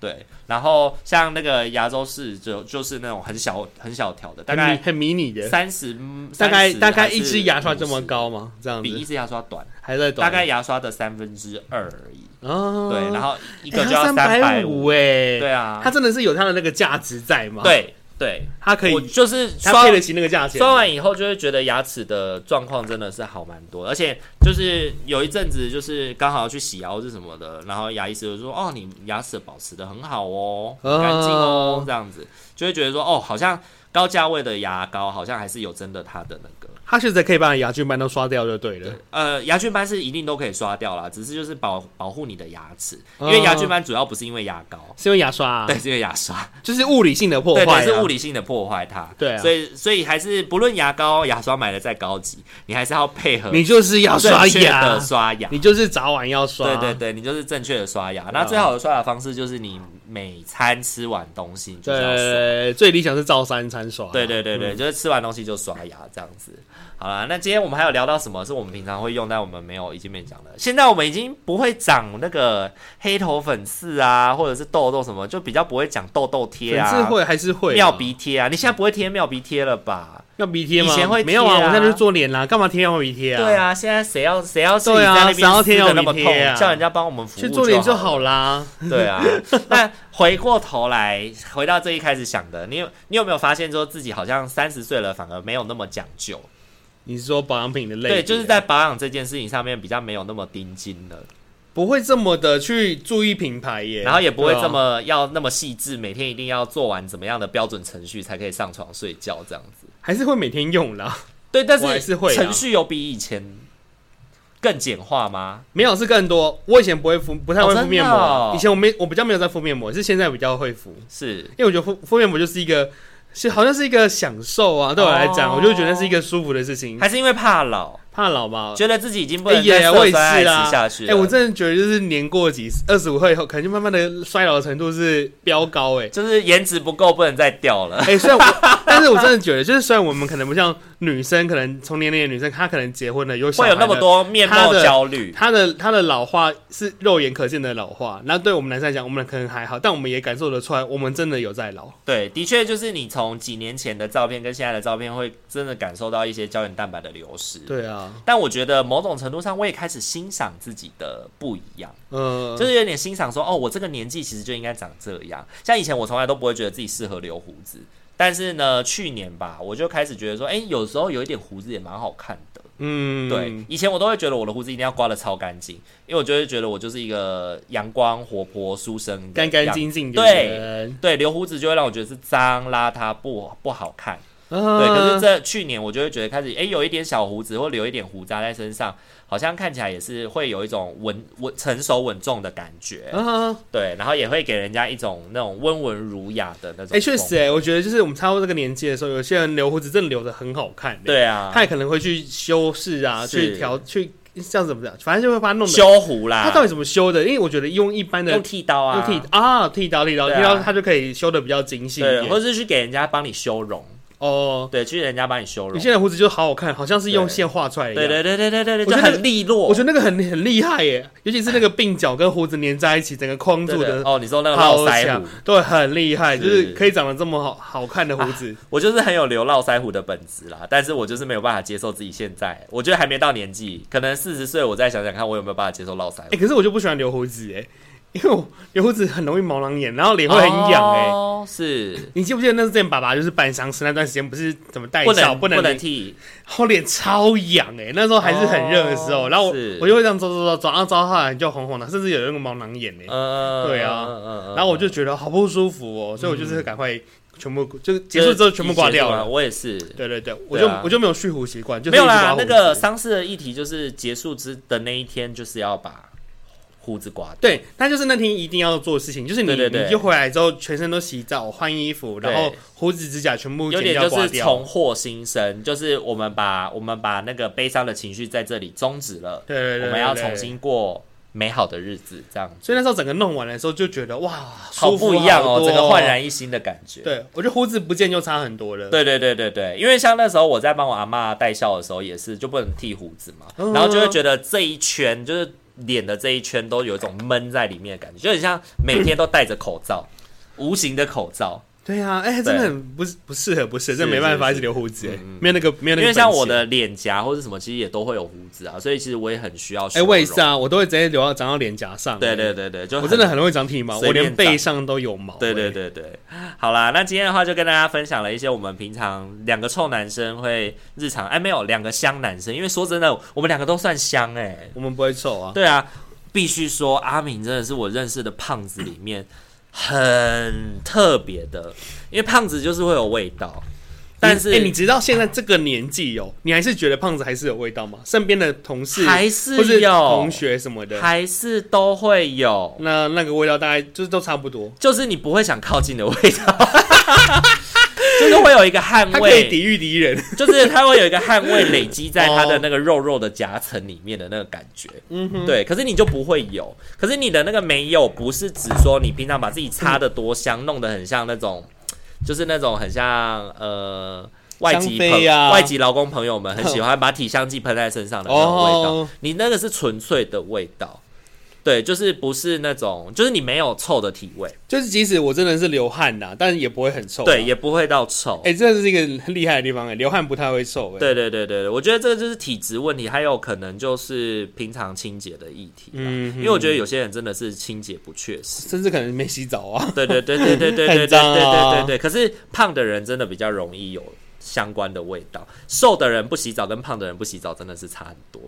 S1: 对，然后像那个牙周式就就是那种很小很小条的，大
S2: 很迷
S1: 概
S2: 很迷你的，
S1: 三十，
S2: 大概
S1: 30
S2: 大概
S1: 还是
S2: 一支牙
S1: 50
S2: 刷这么，高吗？这样
S1: 比一
S2: 子
S1: 支牙刷短，
S2: 还在短，
S1: 大概牙刷的三分之二而已。
S2: 哦，
S1: 对，然后一
S2: 一
S1: 个就要
S2: 百
S1: 百
S2: 五。哎，
S1: 对啊
S2: 它，真的是有它的那个价值在吗？，
S1: 对对，
S2: 它可
S1: 我
S2: 以，
S1: 就是
S2: 它
S1: 刷
S2: 配得起那个价钱。
S1: 刷完以后就会觉得牙齿的状况真的是好蛮多，而且就是有一阵子就是刚好要去洗牙或是什么的，然后牙医师就说：“哦，你牙齿保持的很好哦，很干净哦
S2: 啊，
S1: 这样子就会觉得说哦，好像高价位的牙膏好像还是有真的它的那个
S2: 它是在可以把你牙菌斑都刷掉就对了。
S1: 呃，牙菌斑是一定都可以刷掉啦，只是就是保保护你的牙齿，因为牙菌斑主要不是因为牙膏，
S2: 是因为牙刷、啊，
S1: 对，是因为牙 刷，
S2: 就是物理性的破坏、
S1: 对
S2: 啊，
S1: 对，是物理性的破坏它。
S2: 对啊
S1: 所以所以还是不论牙膏、牙刷买的再高级，你还是要配合
S2: 你就是要刷
S1: 正确
S2: 牙
S1: 的，啊刷牙。
S2: 你就是早晚要啊刷。啊
S1: 对对对，你就是正确的刷牙。那最好的刷牙方式就是你每餐吃完东西你就
S2: 对
S1: 是要刷。
S2: 最理想是照三餐刷。
S1: 对对对
S2: 嗯
S1: 对，就是吃完东西就刷牙这样子。好啦，那今天我们还有聊到什么是我们平常会用，但我们没有已经没讲的。现在我们已经不会长那个黑头粉刺啊，或者是痘痘什么，就比较不会讲痘痘贴
S2: 粉刺
S1: 啊、
S2: 会还是会啊
S1: 妙鼻贴啊。你现在不会贴妙鼻贴了吧？
S2: 要鼻贴吗？
S1: 以前会贴啊
S2: 没有啊，我现在就是做脸啦，干嘛贴要鼻贴啊？
S1: 对，啊，现在谁要谁要自己
S2: 对啊
S1: 在那边
S2: 谁要贴
S1: 撕得
S2: 要
S1: 那么
S2: 鼻
S1: 痛
S2: 贴啊，
S1: 叫人家帮我们服务
S2: 去做脸就
S1: 好了
S2: 好啦。
S1: 对啊，那回过头来，回到最一开始想的，你有你有没有发现说自己好像三十岁了，反而没有那么讲究？
S2: 你是说保养品的类别？
S1: 对，就是在保养这件事情上面比较没有那么盯紧了，
S2: 不会这么的去注意品牌耶，
S1: 然后也不会
S2: 对啊
S1: 这么要那么细致，每天一定要做完怎么样的标准程序才可以上床睡觉这样子。
S2: 还是会每天用啦。
S1: 对，但
S2: 我还是会啊
S1: 程序有比以前更简化吗？
S2: 没有是更多，我以前不会敷，不太会
S1: 哦
S2: 敷面膜啊、
S1: 真的哦
S2: 以前我没，我比较没有在敷面膜，是现在比较会敷，
S1: 是，
S2: 因为我觉得敷敷面膜就是一个，是好像是一个享受啊，对我来讲，
S1: 哦
S2: 我就觉得是一个舒服的事情。
S1: 还是因为怕老，
S2: 怕老吧？
S1: 觉得自己已经不
S2: 哎
S1: 能再
S2: 呀，我
S1: 色
S2: 也是
S1: 衰爱
S2: 啦
S1: 死下去
S2: 哎、
S1: 了？
S2: 我真的觉得就是年过几二十五岁以后，可能就慢慢的衰老的程度是飙高哎、
S1: 就是颜值不够，不能再掉了。
S2: 哎、虽然我，但是我真的觉得，就是虽然我们可能不像女生，可能从年龄的女生，她可能结婚了有小
S1: 会
S2: 孩
S1: 有那么
S2: 了，
S1: 多面貌焦虑。
S2: 她的她的老化是肉眼可见的老化。那对我们男生来讲，我们可能还好，但我们也感受得出来，我们真的有在老。
S1: 对，的确就是你从几年前的照片跟现在的照片，会真的感受到一些胶原蛋白的流失。，
S2: 对啊，
S1: 但我觉得某种程度上，我也开始欣赏自己的不一样，
S2: 嗯、
S1: 就是有点欣赏说，哦，我这个年纪其实就应该长这样。像以前我从来都不会觉得自己适合留胡子，但是呢，去年吧，我就开始觉得说，哎，有时候有一点胡子也蛮好看的。
S2: 嗯，
S1: 对，，以前我都会觉得我的胡子一定要刮得超干净，因为我就会觉得我就是一个阳光、活泼、书生的
S2: 干干
S1: 样
S2: 净净的
S1: 对
S2: 人，啊
S1: 对，留胡子就会让我觉得是脏邋遢不不好看。对，
S2: 对
S1: 可是这去年我就会觉得开始，诶，有一点小胡子或留一点胡渣在身上，好像看起来也是会有一种稳稳成熟稳重的感觉。
S2: 啊，
S1: 对，然后也会给人家一种那种温文儒雅的那种。
S2: 哎、确实、。哎，我觉得就是我们差不多这个年纪的时候，有些人留胡子真的留的很好看、欸，、
S1: 对啊
S2: 他，也可能会去修饰啊，
S1: 是
S2: 去调，去这样怎么讲，反正就会把它弄得
S1: 修胡啦，
S2: 他到底怎么修的？因为我觉得用一般的
S1: 啊用剃刀啊，
S2: 用剃啊剃刀剃刀
S1: 对啊
S2: 剃刀，它就可以修的比较精细一
S1: 对，或
S2: 点。
S1: 者是去给人家帮你修容，
S2: 哦，
S1: 对，去人家帮你修
S2: 有
S1: 容
S2: 些。人胡子就好好看，好像是用
S1: 对
S2: 线画出来的。
S1: 对对对对对对对，
S2: 我觉
S1: 就
S2: 得那
S1: 很利落。
S2: 我觉得那个很很厉害耶，尤其是那个鬓角跟胡子粘在一起，整个框
S1: 对
S2: 住
S1: 对
S2: 的，
S1: 哦，你说那个
S2: 好
S1: 络腮
S2: 强
S1: 胡，，
S2: 对，很厉害，
S1: 是啊
S2: 就是可以长得这么好好看的胡子。
S1: 我就是很有留络腮胡的本质啦，但是我就是没有办法接受自己现在，我觉得还没到年纪，可能四十岁，我再想想看我有没有办法接受络腮
S2: 哎，
S1: 胡。
S2: 可是我就不喜欢留胡子哎，因为我留胡子很容易毛囊炎，然后脸会很痒哎。
S1: 哦，是
S2: 你记不记得那是之前爸爸就是办丧事那段时间，不是怎么戴
S1: 不
S2: 哎笑
S1: 能
S2: 不
S1: 能
S2: 能
S1: 剃，
S2: 我脸超痒哎、那时候还是很热的时候，
S1: 哦
S2: 然后我
S1: 是
S2: 我就会这样走走走走，然后走到后来就红红的，甚至有那个毛囊炎哎、
S1: 嗯，
S2: 对啊
S1: 嗯嗯嗯
S2: 然后我就觉得好不舒服哦，所以我就是赶快全部就是结
S1: 就
S2: 束
S1: 是
S2: 之后全部刮
S1: 一结束
S2: 掉
S1: 完
S2: 了。
S1: 我也是。
S2: 对对对，我就、
S1: 对啊
S2: 我就没有蓄胡习惯，就是
S1: 没有
S2: 一直刮
S1: 啦，
S2: 胡
S1: 那
S2: 子
S1: 个丧事的议题就是结束之的那一天，就是要把胡子刮掉。
S2: 对，那就是那天一定要做的事情，就是你
S1: 对对对
S2: 你就回来之后全身都洗澡换衣服，然后
S1: 对
S2: 胡子指甲全部
S1: 有
S2: 剪
S1: 点
S2: 掉
S1: 就
S2: 刮
S1: 是
S2: 掉。
S1: 重获新生，就是我们把我们把那个悲伤的情绪在这里终止了，
S2: 对对对对，
S1: 我们要
S2: 对
S1: 重。新过美好的日子，这样子。
S2: 所以那时候整个弄完的时候就觉得哇，
S1: 好
S2: 舒服
S1: 不一样
S2: 好
S1: 哦，
S2: 多
S1: 整个焕。然一新的感觉。
S2: 对，我觉得胡子不见就差很多了。
S1: 对对对对对，因为像那时候我在帮我阿嬷戴孝的时候，也是就不能剃胡子嘛，
S2: 嗯
S1: 然后就会觉得这一圈就是脸的这一圈都有一种闷在里面的感觉，就很像每天都戴着口罩，无形的口罩。
S2: 对啊，哎、真的很不不适合，不适合，真的没办法，
S1: 是嗯
S2: 一直留胡子、哎没有那个没有
S1: 因
S2: 那个。哎
S1: 为像我，的脸颊或是什么，其实也都会有胡子啊，所以其实我也很需要修
S2: 哎、
S1: 容。
S2: 我也是啊，我都会直接留到长到脸颊上、
S1: 对对
S2: 哎，
S1: 对对，就
S2: 我真的很容易长体毛，我
S1: 随便
S2: 连背上都有毛、
S1: 对对
S2: 哎，
S1: 对对，好啦，那今天的话就跟大家分享了一些我们平常两个臭男生会日常哎没有两个香男生，因为说真的，我们两个都算香哎、
S2: 我们不会臭啊。
S1: 对啊，必须说阿明真的是我认识的胖子里面很特别的，因为胖子就是会有味道，但是
S2: 哎、你直到现在这个年纪哦，你还是觉得胖子还是有味道吗？身边的同事
S1: 还
S2: 或
S1: 是
S2: 是
S1: 有
S2: 同学嗯什么的，
S1: 还是都会有，
S2: 那那个味道大概就是都差不多。
S1: 就是你不会想靠近的味道， 就是会有一个汗
S2: 它可以
S1: 味，
S2: 抵御敌人。
S1: 就是它会有一个汗味累积在它的那个肉肉的夹层里面的那个感觉。
S2: 嗯哼，
S1: 对，可是你就不会有，可是你的那个没有，不是指说你平常把自己擦的多香，弄得很像那种，就是那种很像呃外籍
S2: 香
S1: 朋、
S2: 妃啊
S1: 外籍劳工朋友们很喜欢把体香剂喷在身上的那种味道，
S2: 哦，
S1: 你那个是纯粹的味道，对，就是不是那种，就是你没有臭的体味，
S2: 就是即使我真的是流汗呐、但也不会很臭、啊
S1: 对，，也不会到臭。
S2: 哎、这是一个很厉害的地方哎、流汗不太会臭哎、
S1: 对对对对对，我觉得这个就是体质问题，还有可能就是平常清洁的议题啦。
S2: 嗯哼
S1: 因为我觉得有些人真的是清洁不确实。
S2: 甚至可能没洗澡啊。
S1: 对对对对对对对对对
S2: 很脏
S1: 对对
S2: 啊
S1: 对。可是胖的人真的比较容易有相关的味道，瘦的人不洗澡跟胖的人不洗澡真的是差很多，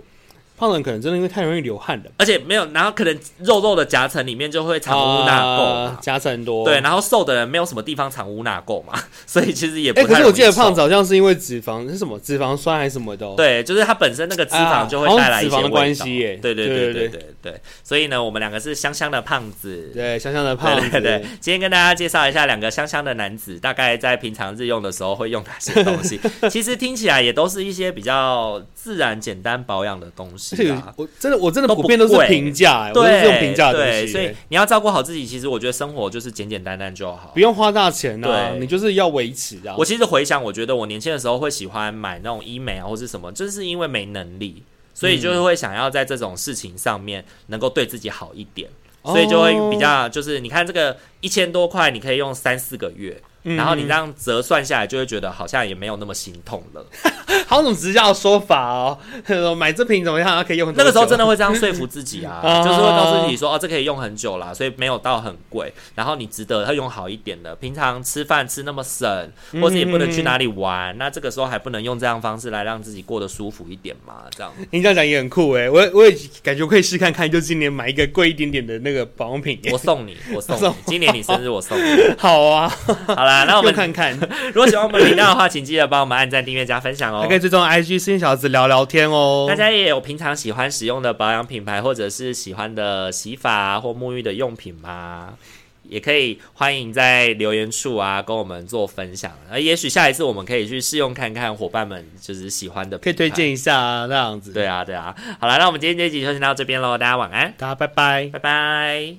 S2: 胖人可能真的因为太容易流汗了，
S1: 而且没有，然后可能肉肉的夹层里面就会藏污纳垢
S2: 啊
S1: 嘛。
S2: 加成多。
S1: 对，然后瘦的人没有什么地方藏污纳垢嘛， 所以其实也不
S2: 哎、
S1: 太、
S2: 可是我记得胖
S1: 子
S2: 子好像是因为脂肪是什么脂肪酸还是什么的、哦。
S1: 对，就是它本身那个脂肪就会带来一些
S2: 啊好像脂肪
S1: 味道，
S2: 的关系耶
S1: 对对对
S2: 对
S1: 对
S2: 对
S1: 对对，所以呢，我们两个是香香的胖子，
S2: 对，香香的胖
S1: 对
S2: 子，
S1: 对对，今天跟大家介绍一下两个香香的男子，大概在平常日用的时候会用哪些东 西。其实听起来也都是一些比较自然、简单保养的东西
S2: 是
S1: 啦。
S2: 我真的我真
S1: 啊都
S2: 的
S1: 不
S2: 普遍都是
S1: 贵
S2: 平价、欸，我都是用
S1: 对，
S2: 平价的东
S1: 对，
S2: 西、
S1: 所以
S2: 欸，
S1: 你要照顾好自己，其实我觉得生活就是简简单单就好
S2: 不。用花大钱啊，
S1: 对
S2: 你就是要维持啊。
S1: 我其实回想，我觉得我年轻的时候会喜欢买那种医美啊，或是什么，就是因为没能力，所以就是会想要在这种事情上面能够对自己好一点，
S2: 哦
S1: 所以就会比较就是你看这个一千多块，你可以用三四个月，
S2: 嗯，
S1: 然后你这样折算下来，就会觉得好像也没有那么心痛了。
S2: 好那种直销的说法哦， 买这瓶怎么样？它可以用 很
S1: 那
S2: 多
S1: 个时候真
S2: 久
S1: 的会这样说服自己啊，
S2: 啊
S1: 就是会告诉自己说，哦，这可以用很久啦，所以没有到很贵，然后你值得要用好一点的。平常吃饭吃那么省，
S2: 嗯
S1: 或者也不能去哪里玩，那这个时候还不能用这样方式来让自己过得舒服一点嘛？这 样
S2: 你这样讲也很酷哎，我也我也感觉我可以试看看，就今年买一个贵一点点的那个保养品 欸。
S1: 我送你，我送 你
S2: 送，
S1: 今年你生日我送 你。
S2: 好啊，
S1: 好啦， 那我
S2: 用
S1: 们
S2: 看看，
S1: 如果喜欢我们频道的话，请记得帮我们按赞、订阅、加分享哦
S2: 还可。以追踪 IG 新小子聊聊天哦。
S1: 大家也有平常喜欢使用的保养品牌，或者是喜欢的洗发、啊或沐浴的用品吗？也可以欢迎在留言处啊，跟我们做分享。呃，也许下一次我们可以去试用看看，伙伴们就是喜欢的，
S2: 可以推。荐一下啊那样子。
S1: 对，啊，对啊。好了，那我们今天这集就先到这边喽，大家晚安，
S2: 大家拜拜。
S1: 拜拜。